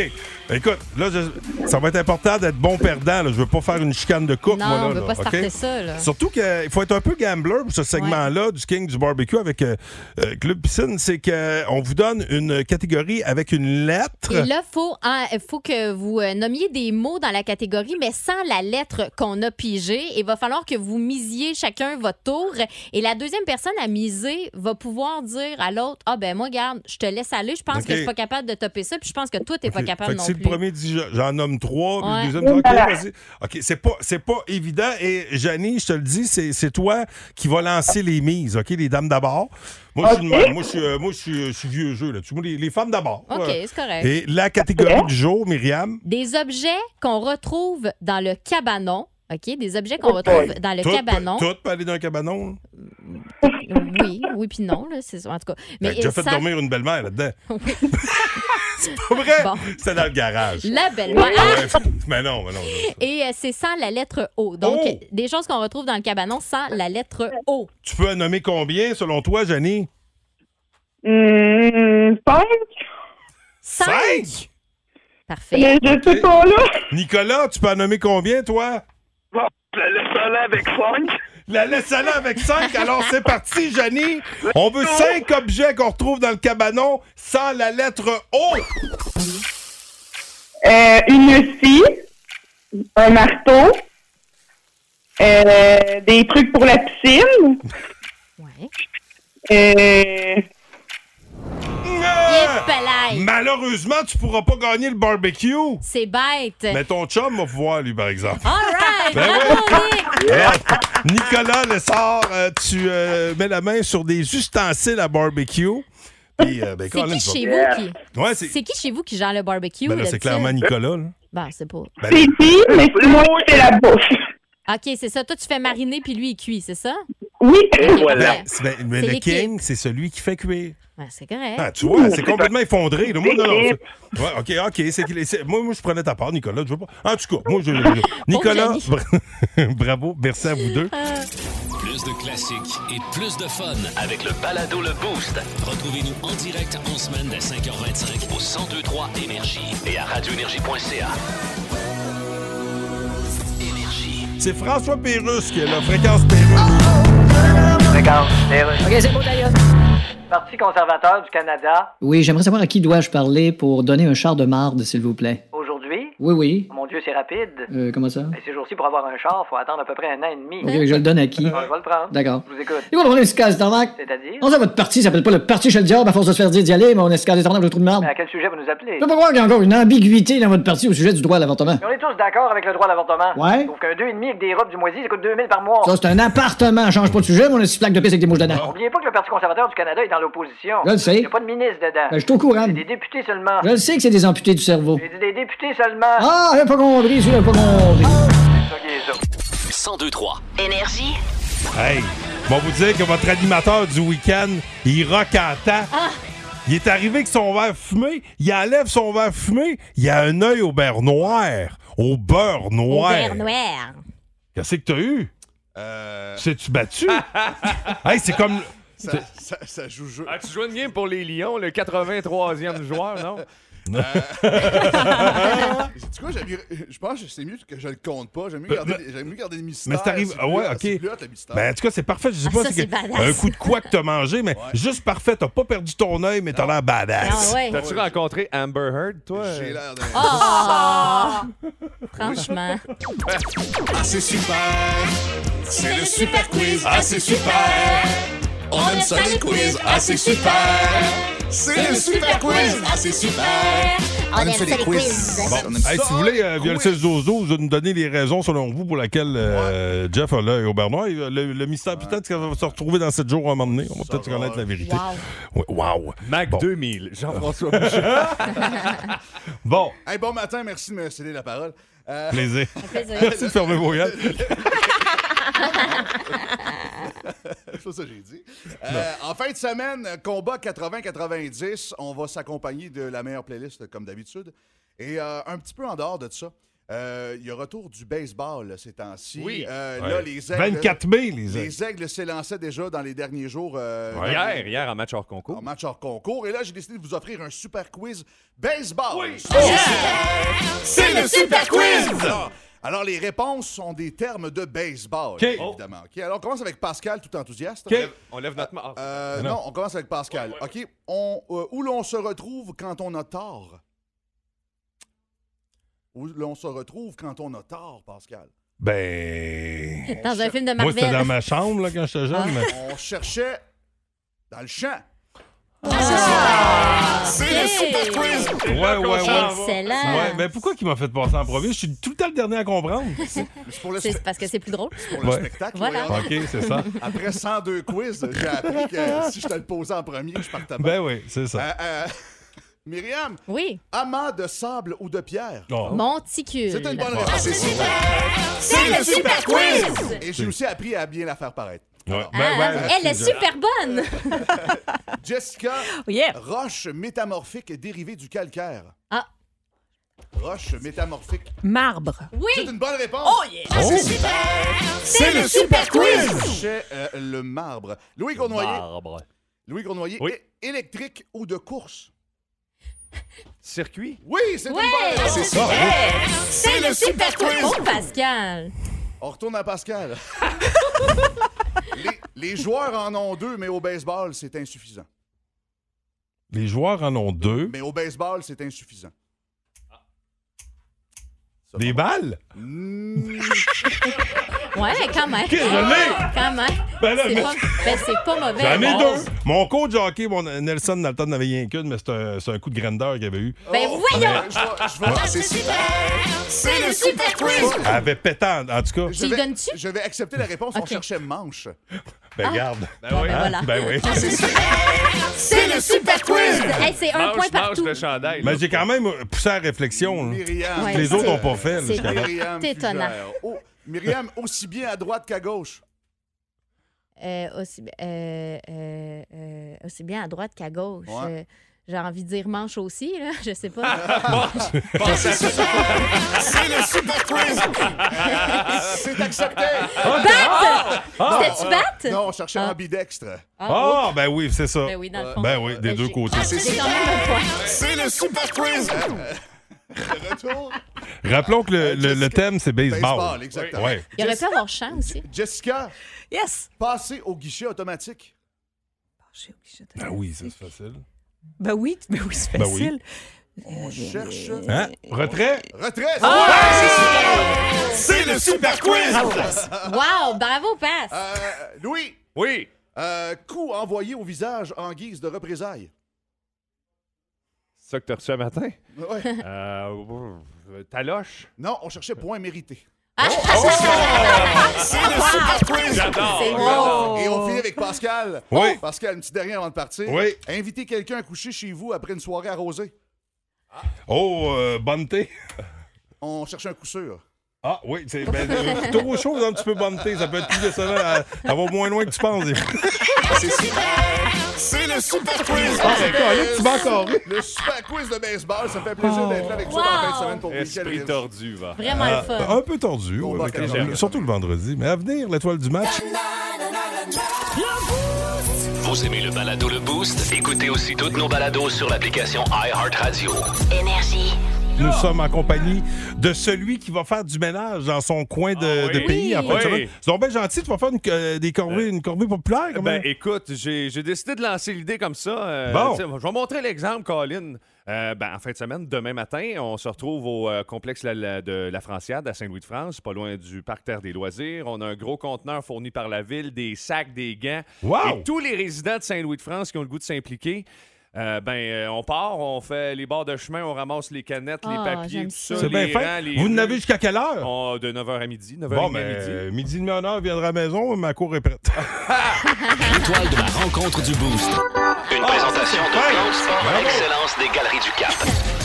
[SPEAKER 3] Écoute, là, je- ça va être important d'être bon perdant. Là. Je veux pas faire une chicane de coupe.
[SPEAKER 4] Non,
[SPEAKER 3] moi, là,
[SPEAKER 4] on veut
[SPEAKER 3] là,
[SPEAKER 4] pas starter
[SPEAKER 3] OK?
[SPEAKER 4] ça, là.
[SPEAKER 3] Surtout qu'il faut être un peu gambler pour ce segment-là du King du barbecue avec euh, euh, Club Piscine. C'est qu'on vous donne une catégorie avec une lettre.
[SPEAKER 4] Et là, il faut, en- faut que vous euh, nommiez des mots dans la catégorie, mais sans la lettre qu'on a pigée. Il va falloir que vous misiez chacun votre tour. Et la deuxième personne à miser va pouvoir dire à l'autre Ah, ben moi, garde, je te laisse aller. Je pense
[SPEAKER 3] Ok.
[SPEAKER 4] que je suis pas capable de topper ça. Puis je pense que toi, t'es pas capable
[SPEAKER 3] Fait que
[SPEAKER 4] non
[SPEAKER 3] si
[SPEAKER 4] plus.
[SPEAKER 3] le premier dit je- j'en nomme trois, puis
[SPEAKER 4] Ouais.
[SPEAKER 3] le deuxième dit ok,
[SPEAKER 4] Voilà.
[SPEAKER 3] vas-y. OK, c'est pas, c'est pas évident. Et Janie, je te le dis, c'est, c'est toi qui vas lancer les mises, OK? Les dames d'abord. Moi, je suis de
[SPEAKER 12] Ok.
[SPEAKER 3] même. moi, je suis, euh, moi, je suis, euh, je suis vieux jeu. Là. Tu vois, les, les femmes d'abord.
[SPEAKER 4] OK,
[SPEAKER 3] Ouais.
[SPEAKER 4] c'est correct.
[SPEAKER 3] Et la catégorie du jour, Myriam.
[SPEAKER 4] Des objets qu'on retrouve dans le cabanon. OK, des objets qu'on retrouve dans le
[SPEAKER 3] Tout peut-
[SPEAKER 4] cabanon.
[SPEAKER 3] Tout peut aller dans un cabanon.
[SPEAKER 4] Oui, oui, puis non, là, c'est en tout cas.
[SPEAKER 3] Mais Ben, j'ai déjà fait
[SPEAKER 4] ça-
[SPEAKER 3] dormir une belle-mère là-dedans. c'est pas vrai. C'était dans le garage. Ah
[SPEAKER 4] La Ah, belle-mère.
[SPEAKER 3] Ouais, mais non, mais non.
[SPEAKER 4] Et euh, c'est sans la lettre O. Donc,
[SPEAKER 3] Oh!
[SPEAKER 4] des choses qu'on retrouve dans le cabanon sans la lettre O.
[SPEAKER 3] Tu peux en nommer combien, selon toi, Janie?
[SPEAKER 17] Cinq?
[SPEAKER 3] Cinq?
[SPEAKER 4] Parfait.
[SPEAKER 17] Mais je suis pas là.
[SPEAKER 3] Nicolas, tu peux en nommer combien, toi?
[SPEAKER 18] La laisse aller avec 5.
[SPEAKER 3] La laisse aller avec 5, alors c'est parti, Janie. On veut cinq objets qu'on retrouve dans le cabanon sans la lettre O.
[SPEAKER 17] Euh, une scie, un marteau, euh, des trucs pour la piscine. Euh,
[SPEAKER 3] Malheureusement, tu pourras pas gagner le barbecue.
[SPEAKER 4] C'est bête.
[SPEAKER 3] Mais ton chum va pouvoir, lui, par exemple.
[SPEAKER 4] All right,
[SPEAKER 3] Ben
[SPEAKER 4] bravo, Nick!
[SPEAKER 3] Alors, Nicolas Lessard, euh, tu euh, mets la main sur des ustensiles à barbecue. Puis, euh, ben,
[SPEAKER 4] C'est
[SPEAKER 3] Colin,
[SPEAKER 4] qui
[SPEAKER 3] va-
[SPEAKER 4] chez vous qui...
[SPEAKER 3] Ouais, c'est...
[SPEAKER 4] c'est qui chez vous qui gère le barbecue?
[SPEAKER 3] Ben là, c'est
[SPEAKER 4] là-dessus?
[SPEAKER 3] clairement Nicolas. là.
[SPEAKER 4] Ben, c'est pas...
[SPEAKER 3] Ben, là-
[SPEAKER 17] qui, mais Euh, c'est moi qui fais la bouffe.
[SPEAKER 4] OK, c'est ça. Toi, tu fais mariner, puis lui, il cuit, c'est ça?
[SPEAKER 17] Oui.
[SPEAKER 4] voilà.
[SPEAKER 3] C'est- ben, mais
[SPEAKER 4] C'est
[SPEAKER 3] le
[SPEAKER 4] l'équipe.
[SPEAKER 3] king, c'est celui qui fait cuire.
[SPEAKER 4] Ben, c'est correct.
[SPEAKER 3] Ah, tu vois, c'est complètement effondré. là. Moi, non, non,
[SPEAKER 4] L'équipe.
[SPEAKER 3] c'est- ouais, OK, OK. c'est qu'il est- c'est- moi, moi, je prenais ta part, Nicolas. Je veux pas... En tout cas, moi, je... je- Nicolas,
[SPEAKER 1] Jenny.
[SPEAKER 3] bra- bravo. Merci à vous deux.
[SPEAKER 4] Ah.
[SPEAKER 1] Plus de classiques et plus de fun avec le balado Le Boost.
[SPEAKER 2] Retrouvez-nous en direct en semaine dès 5h25 au 1023 Énergie et à radioénergie.ca.
[SPEAKER 3] C'est François Pérusse qui est la fréquence Pérusse.
[SPEAKER 19] D'accord, OK, c'est bon, d'ailleurs. Parti conservateur du Canada,
[SPEAKER 5] Oui, j'aimerais savoir à qui dois-je parler pour donner un char de marde, s'il vous plaît.
[SPEAKER 19] aujourd'hui. Oh,
[SPEAKER 5] Oui, oui.
[SPEAKER 19] Mon Dieu, c'est rapide.
[SPEAKER 5] Euh, comment ça?
[SPEAKER 19] Mais ces jours-ci, pour avoir un char, faut attendre à peu près un an et demi.
[SPEAKER 5] Ok, je le donne à qui?
[SPEAKER 19] Ah, je vais le prendre.
[SPEAKER 5] D'accord.
[SPEAKER 19] Je vous écoute.
[SPEAKER 5] Et voilà, mon escale, tarnac.
[SPEAKER 19] C'est-à-dire?
[SPEAKER 5] Non, ça, votre parti s'appelle pas le parti chez le diable à force de se faire dire d'y aller, mon escale, tarnac, le trou de marde.
[SPEAKER 19] Mais Ben, à quel sujet vous nous appelez?
[SPEAKER 5] Je peux pas croire qu'il y a encore une ambiguïté dans votre parti au sujet du droit à l'avortement.
[SPEAKER 19] Mais On est tous d'accord avec le droit à l'avortement.
[SPEAKER 5] Ouais.
[SPEAKER 19] Sauf qu'un 2,5 avec des robes du moisi, ça coûte 2000 par mois.
[SPEAKER 5] Ça, c'est un appartement, change pas de sujet, mon escale de pisse avec des mouches dedans.
[SPEAKER 19] N'oubliez pas que le Parti conservateur du Canada est dans l'opposition.
[SPEAKER 5] Je le sais.
[SPEAKER 19] Il n'y a pas de ministre dedans.
[SPEAKER 5] Ben, je suis au courant.
[SPEAKER 19] C'est des députés seulement.
[SPEAKER 5] Je le sais que c'est des amputés du cerveau.
[SPEAKER 19] J'ai dit des députés seulement.
[SPEAKER 5] Ah, j'ai pas compris, celui-là, j'ai pas compris.
[SPEAKER 2] 1023
[SPEAKER 12] Énergie.
[SPEAKER 3] Hey, on va vous dire que votre animateur du week-end, il rock en temps.
[SPEAKER 16] Ah.
[SPEAKER 3] Il est arrivé avec son verre fumé, il enlève son verre fumé, il a un œil au beurre noir. Au beurre noir.
[SPEAKER 4] Vert noir.
[SPEAKER 3] Qu'est-ce que t'as eu?
[SPEAKER 16] Euh.
[SPEAKER 3] C'est-tu battu? hey, c'est comme.
[SPEAKER 16] Ça, ça, ça joue jeu. Ah, tu joues une game pour les Lions, le 83e joueur, non?
[SPEAKER 3] Sais-tu
[SPEAKER 16] quoi, j'aime mieux- je pense que c'est mieux que je le compte pas. J'aime mieux garder, j'aime mieux garder les mystères.
[SPEAKER 3] Mais c'est arrivé. Ah
[SPEAKER 16] plus
[SPEAKER 3] ouais,
[SPEAKER 16] hot, c'est
[SPEAKER 3] ok.
[SPEAKER 16] plus hot, le mystère.
[SPEAKER 3] Ben, en tout cas, c'est parfait. Je sais
[SPEAKER 16] Ah,
[SPEAKER 3] pas
[SPEAKER 16] ça,
[SPEAKER 3] si
[SPEAKER 16] c'est
[SPEAKER 3] que-
[SPEAKER 16] badass.
[SPEAKER 3] un coup de quoi que t'as mangé, mais juste parfait. T'as pas perdu ton œil, mais t'as l'air
[SPEAKER 4] Ah,
[SPEAKER 16] Ah,
[SPEAKER 3] badass.
[SPEAKER 16] T'as-tu rencontré Amber Heard, toi? J'ai l'air d'un.
[SPEAKER 4] Franchement.
[SPEAKER 12] Ah, c'est super. C'est le super quiz.
[SPEAKER 16] Ah, c'est super.
[SPEAKER 12] On aime ça les quiz. Ah, c'est super. C'est le super quiz. Ah, c'est super. On aime ça les quiz.
[SPEAKER 3] Bon, hey, si vous voulez, euh, via le 6-12-12, vous nous donnez les raisons, selon vous, pour lesquelles euh, Jeff a l'œil au Bernois. Et, euh, Le, le mystère, peut-être qu'on va se retrouver dans 7 jours à un moment donné. On va peut-être connaître la vérité. Ouais, Wow.
[SPEAKER 16] Mac
[SPEAKER 3] Bon.
[SPEAKER 16] 2000, Jean-François Boucher.
[SPEAKER 3] Bon.
[SPEAKER 16] Hey, bon matin, merci de me céder la parole. Euh,
[SPEAKER 3] Plaisir. Merci de fermer vos yeux.
[SPEAKER 16] C'est pas ça que j'ai dit. Euh, en fin de semaine, combat 80-90, on va s'accompagner de la meilleure playlist comme d'habitude. Et euh, un petit peu en dehors de ça,
[SPEAKER 20] Euh, il y a retour du baseball là, ces temps-ci.
[SPEAKER 3] Oui.
[SPEAKER 20] Euh,
[SPEAKER 3] Ouais.
[SPEAKER 20] Là, les aigles,
[SPEAKER 3] 24 mai, les Aigles.
[SPEAKER 20] Les aigles s'élançaient déjà dans les derniers jours. euh,
[SPEAKER 16] Ouais.
[SPEAKER 20] dans-
[SPEAKER 16] Hier, hier, en match hors concours.
[SPEAKER 20] en match hors concours. Et là, j'ai décidé de vous offrir un super quiz baseball.
[SPEAKER 12] Oh, Yeah! c'est- C'est le super quiz!
[SPEAKER 20] Alors, alors, les réponses sont des termes de baseball,
[SPEAKER 16] OK.
[SPEAKER 20] évidemment. OK, Alors, on commence avec Pascal, tout enthousiaste.
[SPEAKER 16] On lève- On lève notre marque.
[SPEAKER 3] Ah,
[SPEAKER 20] Euh,
[SPEAKER 3] ben
[SPEAKER 20] non, on commence avec Pascal. OK. On, euh, où l'on se retrouve quand on a tort? Où l'on se retrouve quand on a tort, Pascal?
[SPEAKER 3] Ben.
[SPEAKER 4] Dans un film de
[SPEAKER 3] Moi,
[SPEAKER 4] Marvel.
[SPEAKER 3] c'était dans ma chambre là, quand j'étais jeune. mais-
[SPEAKER 20] On cherchait dans le champ.
[SPEAKER 12] Ah, C'est le super quiz!
[SPEAKER 20] Ah.
[SPEAKER 3] Ouais, ouais, ouais.
[SPEAKER 4] Ah!
[SPEAKER 16] hein.
[SPEAKER 4] Excellent.
[SPEAKER 3] Ouais, mais pourquoi qu'il m'a fait passer en premier? Je suis tout le temps le dernier à comprendre.
[SPEAKER 4] C'est parce que c'est plus drôle.
[SPEAKER 20] pour
[SPEAKER 3] Ouais.
[SPEAKER 20] le spectacle.
[SPEAKER 4] Voilà.
[SPEAKER 20] voyons.
[SPEAKER 3] OK, c'est ça.
[SPEAKER 20] Après 102 quiz, j'ai appris que si je te le posais en premier, je partais mal.
[SPEAKER 3] Ben oui, c'est ça.
[SPEAKER 20] Euh, euh, Myriam.
[SPEAKER 4] Oui.
[SPEAKER 20] Amas de sable ou de pierre.
[SPEAKER 12] Oh.
[SPEAKER 4] Monticule.
[SPEAKER 20] C'était une bonne réponse.
[SPEAKER 12] Ah,
[SPEAKER 4] C'est le super quiz!
[SPEAKER 20] Et j'ai aussi appris à bien la faire paraître.
[SPEAKER 3] Ouais. Ben,
[SPEAKER 4] Ah, elle est super bonne.
[SPEAKER 20] Jessica, roche métamorphique dérivée du calcaire.
[SPEAKER 4] Ah.
[SPEAKER 20] Roche métamorphique.
[SPEAKER 21] Marbre.
[SPEAKER 4] Oui.
[SPEAKER 20] C'est une bonne réponse.
[SPEAKER 21] Oh, yeah. Ah, c'est Oh. super. C'est le super quiz.
[SPEAKER 20] Chez euh, le marbre. Louis Cournoyer.
[SPEAKER 16] Marbre.
[SPEAKER 20] Louis Cournoyer, é- électrique ou de course?
[SPEAKER 16] Circuit?
[SPEAKER 20] Oui, c'est
[SPEAKER 4] Ouais. ah,
[SPEAKER 20] une bonne réponse.
[SPEAKER 4] C'est ça, oui. C'est le super quiz. Oh, Pascal.
[SPEAKER 20] On retourne à Pascal. les, les joueurs en ont deux, mais au baseball, c'est insuffisant.
[SPEAKER 3] Les joueurs en ont deux.
[SPEAKER 20] Mais au baseball, c'est insuffisant.
[SPEAKER 3] Des balles?
[SPEAKER 4] Ouais, quand même.
[SPEAKER 3] Qu'est-ce que je l'ai?
[SPEAKER 4] Quand même.
[SPEAKER 3] Ben là,
[SPEAKER 4] c'est
[SPEAKER 3] mais-
[SPEAKER 4] pas... ben, c'est pas mauvais.
[SPEAKER 3] J'en ai
[SPEAKER 4] Bon.
[SPEAKER 3] deux. Mon coach de hockey, mon Nelson, dans le temps, n'avait rien qu'une, mais c'est un, c'est un coup de grandeur qu'il avait eu.
[SPEAKER 4] Ben voyons!
[SPEAKER 20] Oh,
[SPEAKER 4] Ah,
[SPEAKER 20] Je vais- je vais- c'est super.
[SPEAKER 4] C'est le super quiz.
[SPEAKER 3] Elle avait pété, en, en tout cas.
[SPEAKER 20] Je vais, je vais accepter la réponse. On cherchait manche.
[SPEAKER 3] Ben garde.
[SPEAKER 20] Ben oui.
[SPEAKER 3] Hein?
[SPEAKER 20] Voilà.
[SPEAKER 3] Ben oui.
[SPEAKER 4] Ah, C'est le super quiz. Hey, c'est un
[SPEAKER 3] Mange,
[SPEAKER 4] point
[SPEAKER 3] mange
[SPEAKER 4] partout.
[SPEAKER 3] le Mais j'ai quand même poussé à la réflexion. là.
[SPEAKER 20] Myriam.
[SPEAKER 3] Que les autres n'ont pas fait. là,
[SPEAKER 4] C'est
[SPEAKER 3] jusqu'à date.
[SPEAKER 20] Myriam
[SPEAKER 4] T'étonnant.
[SPEAKER 20] Fugère. Oh, Myriam, aussi bien à droite qu'à gauche.
[SPEAKER 4] Euh, aussi, euh, euh, euh, aussi bien à droite qu'à gauche.
[SPEAKER 20] Ouais.
[SPEAKER 4] Euh, J'ai envie de dire manche aussi, là. Je sais pas.
[SPEAKER 12] C'est le super quiz!
[SPEAKER 20] C'est accepté!
[SPEAKER 4] Bat!
[SPEAKER 3] Ah!
[SPEAKER 4] C'était-tu bat?
[SPEAKER 20] Non, on cherchait ambidextre.
[SPEAKER 3] Ah, ben oui, c'est ça.
[SPEAKER 4] Ben oui, dans le fond.
[SPEAKER 3] Ben oui, des deux côtés.
[SPEAKER 20] Ah,
[SPEAKER 4] Ah, C'est quand même un point.
[SPEAKER 12] C'est le super quiz!
[SPEAKER 20] Retour.
[SPEAKER 3] Rappelons que le, le- le thème, c'est baseball.
[SPEAKER 20] Ben, Baseball, exactement.
[SPEAKER 3] Ouais.
[SPEAKER 4] Il aurait pu avoir chant aussi.
[SPEAKER 20] Jessica.
[SPEAKER 21] Yes.
[SPEAKER 20] Passer au guichet automatique.
[SPEAKER 3] Ben oui, ça, c'est facile.
[SPEAKER 21] Ben oui, ben oui c'est
[SPEAKER 3] Ben oui.
[SPEAKER 21] facile.
[SPEAKER 20] On cherche.
[SPEAKER 3] Hein? Retrait?
[SPEAKER 20] Retrait.
[SPEAKER 12] C'est le super quiz!
[SPEAKER 4] Wow, bravo, passe.
[SPEAKER 20] Euh, Louis.
[SPEAKER 16] Oui.
[SPEAKER 20] Euh, coup envoyé au visage en guise de représailles.
[SPEAKER 16] C'est ça que t'as reçu ce matin?
[SPEAKER 20] Ouais.
[SPEAKER 16] Euh, euh, Taloche?
[SPEAKER 20] Non, on cherchait point mérité.
[SPEAKER 4] Ah.
[SPEAKER 12] C'est le super quiz!
[SPEAKER 16] J'adore,
[SPEAKER 12] C'est
[SPEAKER 16] j'adore.
[SPEAKER 12] bon.
[SPEAKER 20] Et on finit avec Pascal.
[SPEAKER 3] Oui.
[SPEAKER 20] Pascal, une petite dernière avant de partir.
[SPEAKER 3] Oui.
[SPEAKER 20] Inviter quelqu'un à coucher chez vous après une soirée arrosée.
[SPEAKER 3] Oh, euh, bonneté.
[SPEAKER 20] On cherchait un coup sûr.
[SPEAKER 3] Ah oui, c'est ben, euh, plutôt chaud, un petit peu bonneté. Ça peut être plus décevant. à- Ça va moins loin que tu penses.
[SPEAKER 12] C'est le super quiz!
[SPEAKER 3] Ah, ben, Colin, tu m'as encore eu.
[SPEAKER 20] Le super quiz de baseball, ça me fait plaisir d'être là avec vous en
[SPEAKER 12] Wow.
[SPEAKER 20] fin de semaine pour Weekend
[SPEAKER 16] Esprit
[SPEAKER 20] Hits.
[SPEAKER 16] tordu, va.
[SPEAKER 4] Vraiment
[SPEAKER 3] Ah,
[SPEAKER 4] le fun.
[SPEAKER 3] Un peu tordu, ouais,
[SPEAKER 20] va
[SPEAKER 3] avec
[SPEAKER 20] quand
[SPEAKER 3] les-
[SPEAKER 20] même.
[SPEAKER 3] le- surtout le vendredi. Mais à venir, l'étoile du match.
[SPEAKER 2] Vous aimez le balado Le Boost? Écoutez aussi toutes nos balados sur l'application iHeartRadio. Énergie.
[SPEAKER 3] Nous sommes en compagnie de celui qui va faire du ménage dans son coin de, de
[SPEAKER 16] Ah oui.
[SPEAKER 3] pays. En
[SPEAKER 16] Oui.
[SPEAKER 3] fin de semaine. C'est donc bien gentil, tu vas faire une, euh, des corvées, une corvée populaire. comment?
[SPEAKER 16] Ben, écoute, j'ai j'ai décidé de lancer l'idée comme ça. Euh,
[SPEAKER 3] Bon.
[SPEAKER 16] tu sais, Je vais montrer l'exemple, Colin. Euh, ben, en fin de semaine, demain matin, on se retrouve au euh, complexe la- la- de la Franciade à Saint-Louis-de-France, pas loin du parc Terre des Loisirs. On a un gros conteneur fourni par la ville, des sacs, des gants.
[SPEAKER 3] Wow!
[SPEAKER 16] Et tous les résidents de Saint-Louis-de-France qui ont le goût de s'impliquer. euh, ben, euh, on part, on fait les bords de chemin, on ramasse les canettes, les
[SPEAKER 4] Ah,
[SPEAKER 16] papiers,
[SPEAKER 4] j'aime
[SPEAKER 16] tout ça,
[SPEAKER 3] C'est bien
[SPEAKER 16] les
[SPEAKER 3] fait.
[SPEAKER 16] rangs, les
[SPEAKER 3] Vous
[SPEAKER 16] rues.
[SPEAKER 3] n'avez jusqu'à quelle heure?
[SPEAKER 16] On- de 9h à midi, 9h
[SPEAKER 3] Bon,
[SPEAKER 16] à
[SPEAKER 3] ben,
[SPEAKER 16] midi. Ah,
[SPEAKER 3] euh, midi, demi, une heure, viendra à la maison, ma cour est prête.
[SPEAKER 1] L'étoile de la rencontre du Boost.
[SPEAKER 2] Une présentation de Plan Sport Excellence des Galeries du Cap.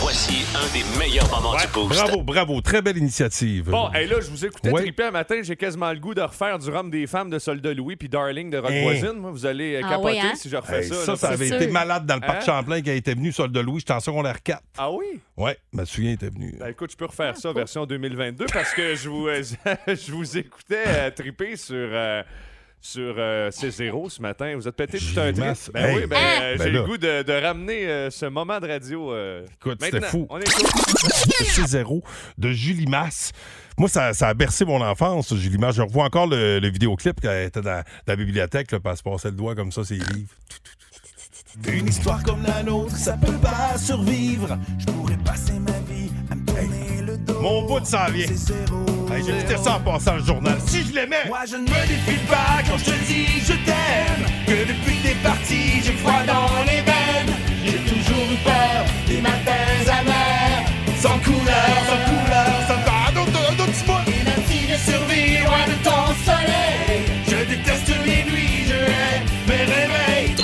[SPEAKER 2] Voici un des meilleurs moments du Boost.
[SPEAKER 3] Bravo, bravo, très belle initiative.
[SPEAKER 16] Bon, et là, je vous écoutais
[SPEAKER 3] Ouais. hein.
[SPEAKER 16] triper un matin, j'ai quasiment le goût de refaire du rhum des femmes de Soldat Louis puis Darling de Rock
[SPEAKER 3] Hein.
[SPEAKER 16] Voisine. Moi, vous allez euh,
[SPEAKER 4] Ah
[SPEAKER 16] capoter
[SPEAKER 4] oui, hein?
[SPEAKER 16] si je refais
[SPEAKER 3] Hey,
[SPEAKER 16] ça.
[SPEAKER 3] ça,
[SPEAKER 16] là. Hein?
[SPEAKER 3] ça avait
[SPEAKER 4] C'est
[SPEAKER 3] été
[SPEAKER 4] sûr.
[SPEAKER 3] malade dans le parc Marc Champlain qui était venu sur le de Louis, j'étais en secondaire 4.
[SPEAKER 16] Ah oui?
[SPEAKER 3] Ouais, je me souviens, il était venu.
[SPEAKER 16] Ben, écoute, je peux refaire ça version 2022 parce que je vous, euh, je vous écoutais euh, triper sur. euh, sur euh, C0 ce matin. Vous êtes pété tout un trip.
[SPEAKER 3] masse-
[SPEAKER 16] Ben
[SPEAKER 3] Hey.
[SPEAKER 16] oui, ben,
[SPEAKER 3] Ah!
[SPEAKER 16] euh,
[SPEAKER 3] Ben
[SPEAKER 16] j'ai
[SPEAKER 3] là.
[SPEAKER 16] le goût de, de ramener euh, ce moment de radio. euh,
[SPEAKER 3] Écoute, c'était
[SPEAKER 16] maintenant.
[SPEAKER 3] fou.
[SPEAKER 16] On écoute.
[SPEAKER 3] C'est zéro de Julie Masse. Moi, ça, ça a bercé mon enfance, Julie Masse. Je revois encore le, le vidéoclip quand elle était dans, dans la bibliothèque, là, puis elle se passait le doigt comme ça, ses livres.
[SPEAKER 12] Une histoire comme la nôtre, ça peut pas survivre. Je pourrais passer ma vie à me tourner le dos.
[SPEAKER 3] Mon bout de s'en vient. Hey, J'ai quitté ça en passant le journal. Si je l'aimais!
[SPEAKER 12] Moi je ne me défile pas quand je te dis je t'aime. Que depuis que t'es parti, j'ai froid dans les veines. J'ai toujours eu peur des matins amers. Sans couleur, sans couleur, ça me parle d'autres d'autres mots. Inutile de survie loin de ton soleil. Je déteste les nuits, je hais mes réveils.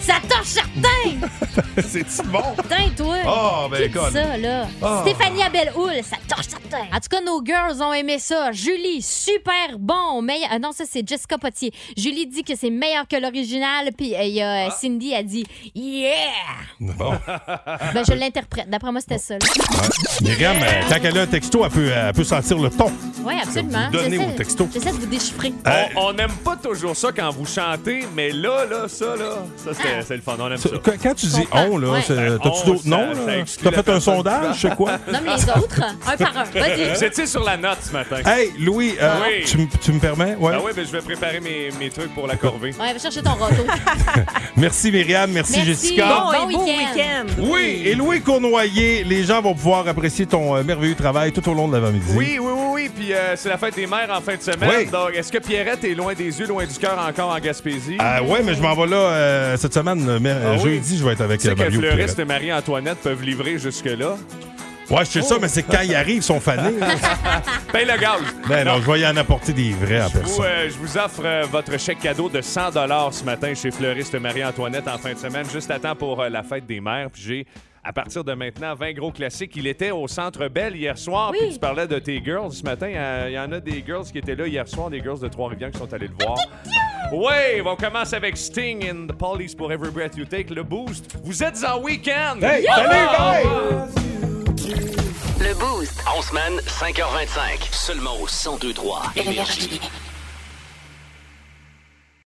[SPEAKER 4] Ça torche certain!
[SPEAKER 3] C'est-tu bon?
[SPEAKER 4] Putain, toi!
[SPEAKER 3] Ah, ben,
[SPEAKER 4] Qui dit
[SPEAKER 3] con.
[SPEAKER 4] ça, là?
[SPEAKER 3] Ah.
[SPEAKER 4] Stéphanie Abelhoul, ça torche certain! En tout cas, nos girls ont aimé ça. Julie, super bon! Mais, ah non, ça, c'est Jessica Potier. Julie dit que c'est meilleur que l'original, puis euh, il y a euh, Cindy, a dit « Yeah!
[SPEAKER 3] Bon. »
[SPEAKER 4] Ben, je l'interprète. D'après moi, c'était ça. là.
[SPEAKER 3] Myriam, euh, quand elle a un texto, elle peut, elle peut sentir le ton.
[SPEAKER 4] Oui, absolument.
[SPEAKER 3] Vous donnez
[SPEAKER 4] J'essaie-
[SPEAKER 3] au texto.
[SPEAKER 4] J'essaie de vous déchiffrer.
[SPEAKER 16] Eh, On on n'aime pas toujours ça quand vous chantez, mais là, là, ça, là, ça, c'était c'est le fun. On aime ça.
[SPEAKER 3] Ça, Quand, quand tu dis on, là, c'est- t'as-tu
[SPEAKER 16] on,
[SPEAKER 3] d'autres
[SPEAKER 16] Oh, ça-
[SPEAKER 3] noms?
[SPEAKER 16] ça
[SPEAKER 3] là?
[SPEAKER 16] exclut
[SPEAKER 3] T'as
[SPEAKER 16] la
[SPEAKER 3] fait un
[SPEAKER 16] personne
[SPEAKER 3] sondage, c'est quoi?
[SPEAKER 4] Nomme les autres, un par un. Vas-y.
[SPEAKER 16] Vous étiez sur la note ce matin.
[SPEAKER 3] Hey, Louis, euh,
[SPEAKER 16] Oui.
[SPEAKER 3] tu, m- tu me permets? Ouais.
[SPEAKER 16] Ah oui, ben, je vais préparer mes, mes trucs pour la corvée.
[SPEAKER 4] Ouais, va chercher ton râteau.
[SPEAKER 3] Merci Myriam, merci, Jessica.
[SPEAKER 4] Bon, et beau week-end.
[SPEAKER 3] Oui, et Louis Cournoyer, les gens vont pouvoir apprécier ton euh, merveilleux travail tout au long de l'avant-midi.
[SPEAKER 16] Oui, oui, oui, oui. Puis euh, c'est la fête des mères en fin de semaine.
[SPEAKER 3] Oui.
[SPEAKER 16] Donc, est-ce que Pierrette est loin des yeux, loin du cœur encore en Gaspésie?
[SPEAKER 3] Ah ouais, mais je m'en vais là euh, cette semaine, euh, mer-
[SPEAKER 16] Ah oui?
[SPEAKER 3] jeudi, je vais être avec
[SPEAKER 16] Tu sais
[SPEAKER 3] euh,
[SPEAKER 16] que
[SPEAKER 3] Mario.
[SPEAKER 16] Fleuriste
[SPEAKER 3] Pirette.
[SPEAKER 16] et Marie-Antoinette peuvent livrer jusque-là.
[SPEAKER 3] Ouais, je sais
[SPEAKER 16] Oh.
[SPEAKER 3] ça, mais c'est quand ils arrivent, ils sont fanés.
[SPEAKER 16] Paye le gaz!
[SPEAKER 3] ben non, je vais y en apporter des vrais en
[SPEAKER 16] Vous,
[SPEAKER 3] personne.
[SPEAKER 16] euh, je vous offre euh, votre chèque cadeau de 100 ce matin chez Fleuriste Marie-Antoinette en fin de semaine, juste à temps pour euh, la fête des mères. Puis j'ai, à partir de maintenant, 20 gros classiques. Il était au Centre Belle hier soir, puis tu parlais de tes girls ce matin. Euh, Il y en a des girls qui étaient là hier soir, des girls de Trois-Rivières qui sont allées le voir. Oui, on commence avec Sting and the Police pour Every Breath You Take, le boost. Vous êtes en week-end!
[SPEAKER 12] Hey,
[SPEAKER 16] Yeah!
[SPEAKER 12] salut, bye!
[SPEAKER 2] Le Boost. En semaine, 5h25. Seulement au 102-3. Énergie.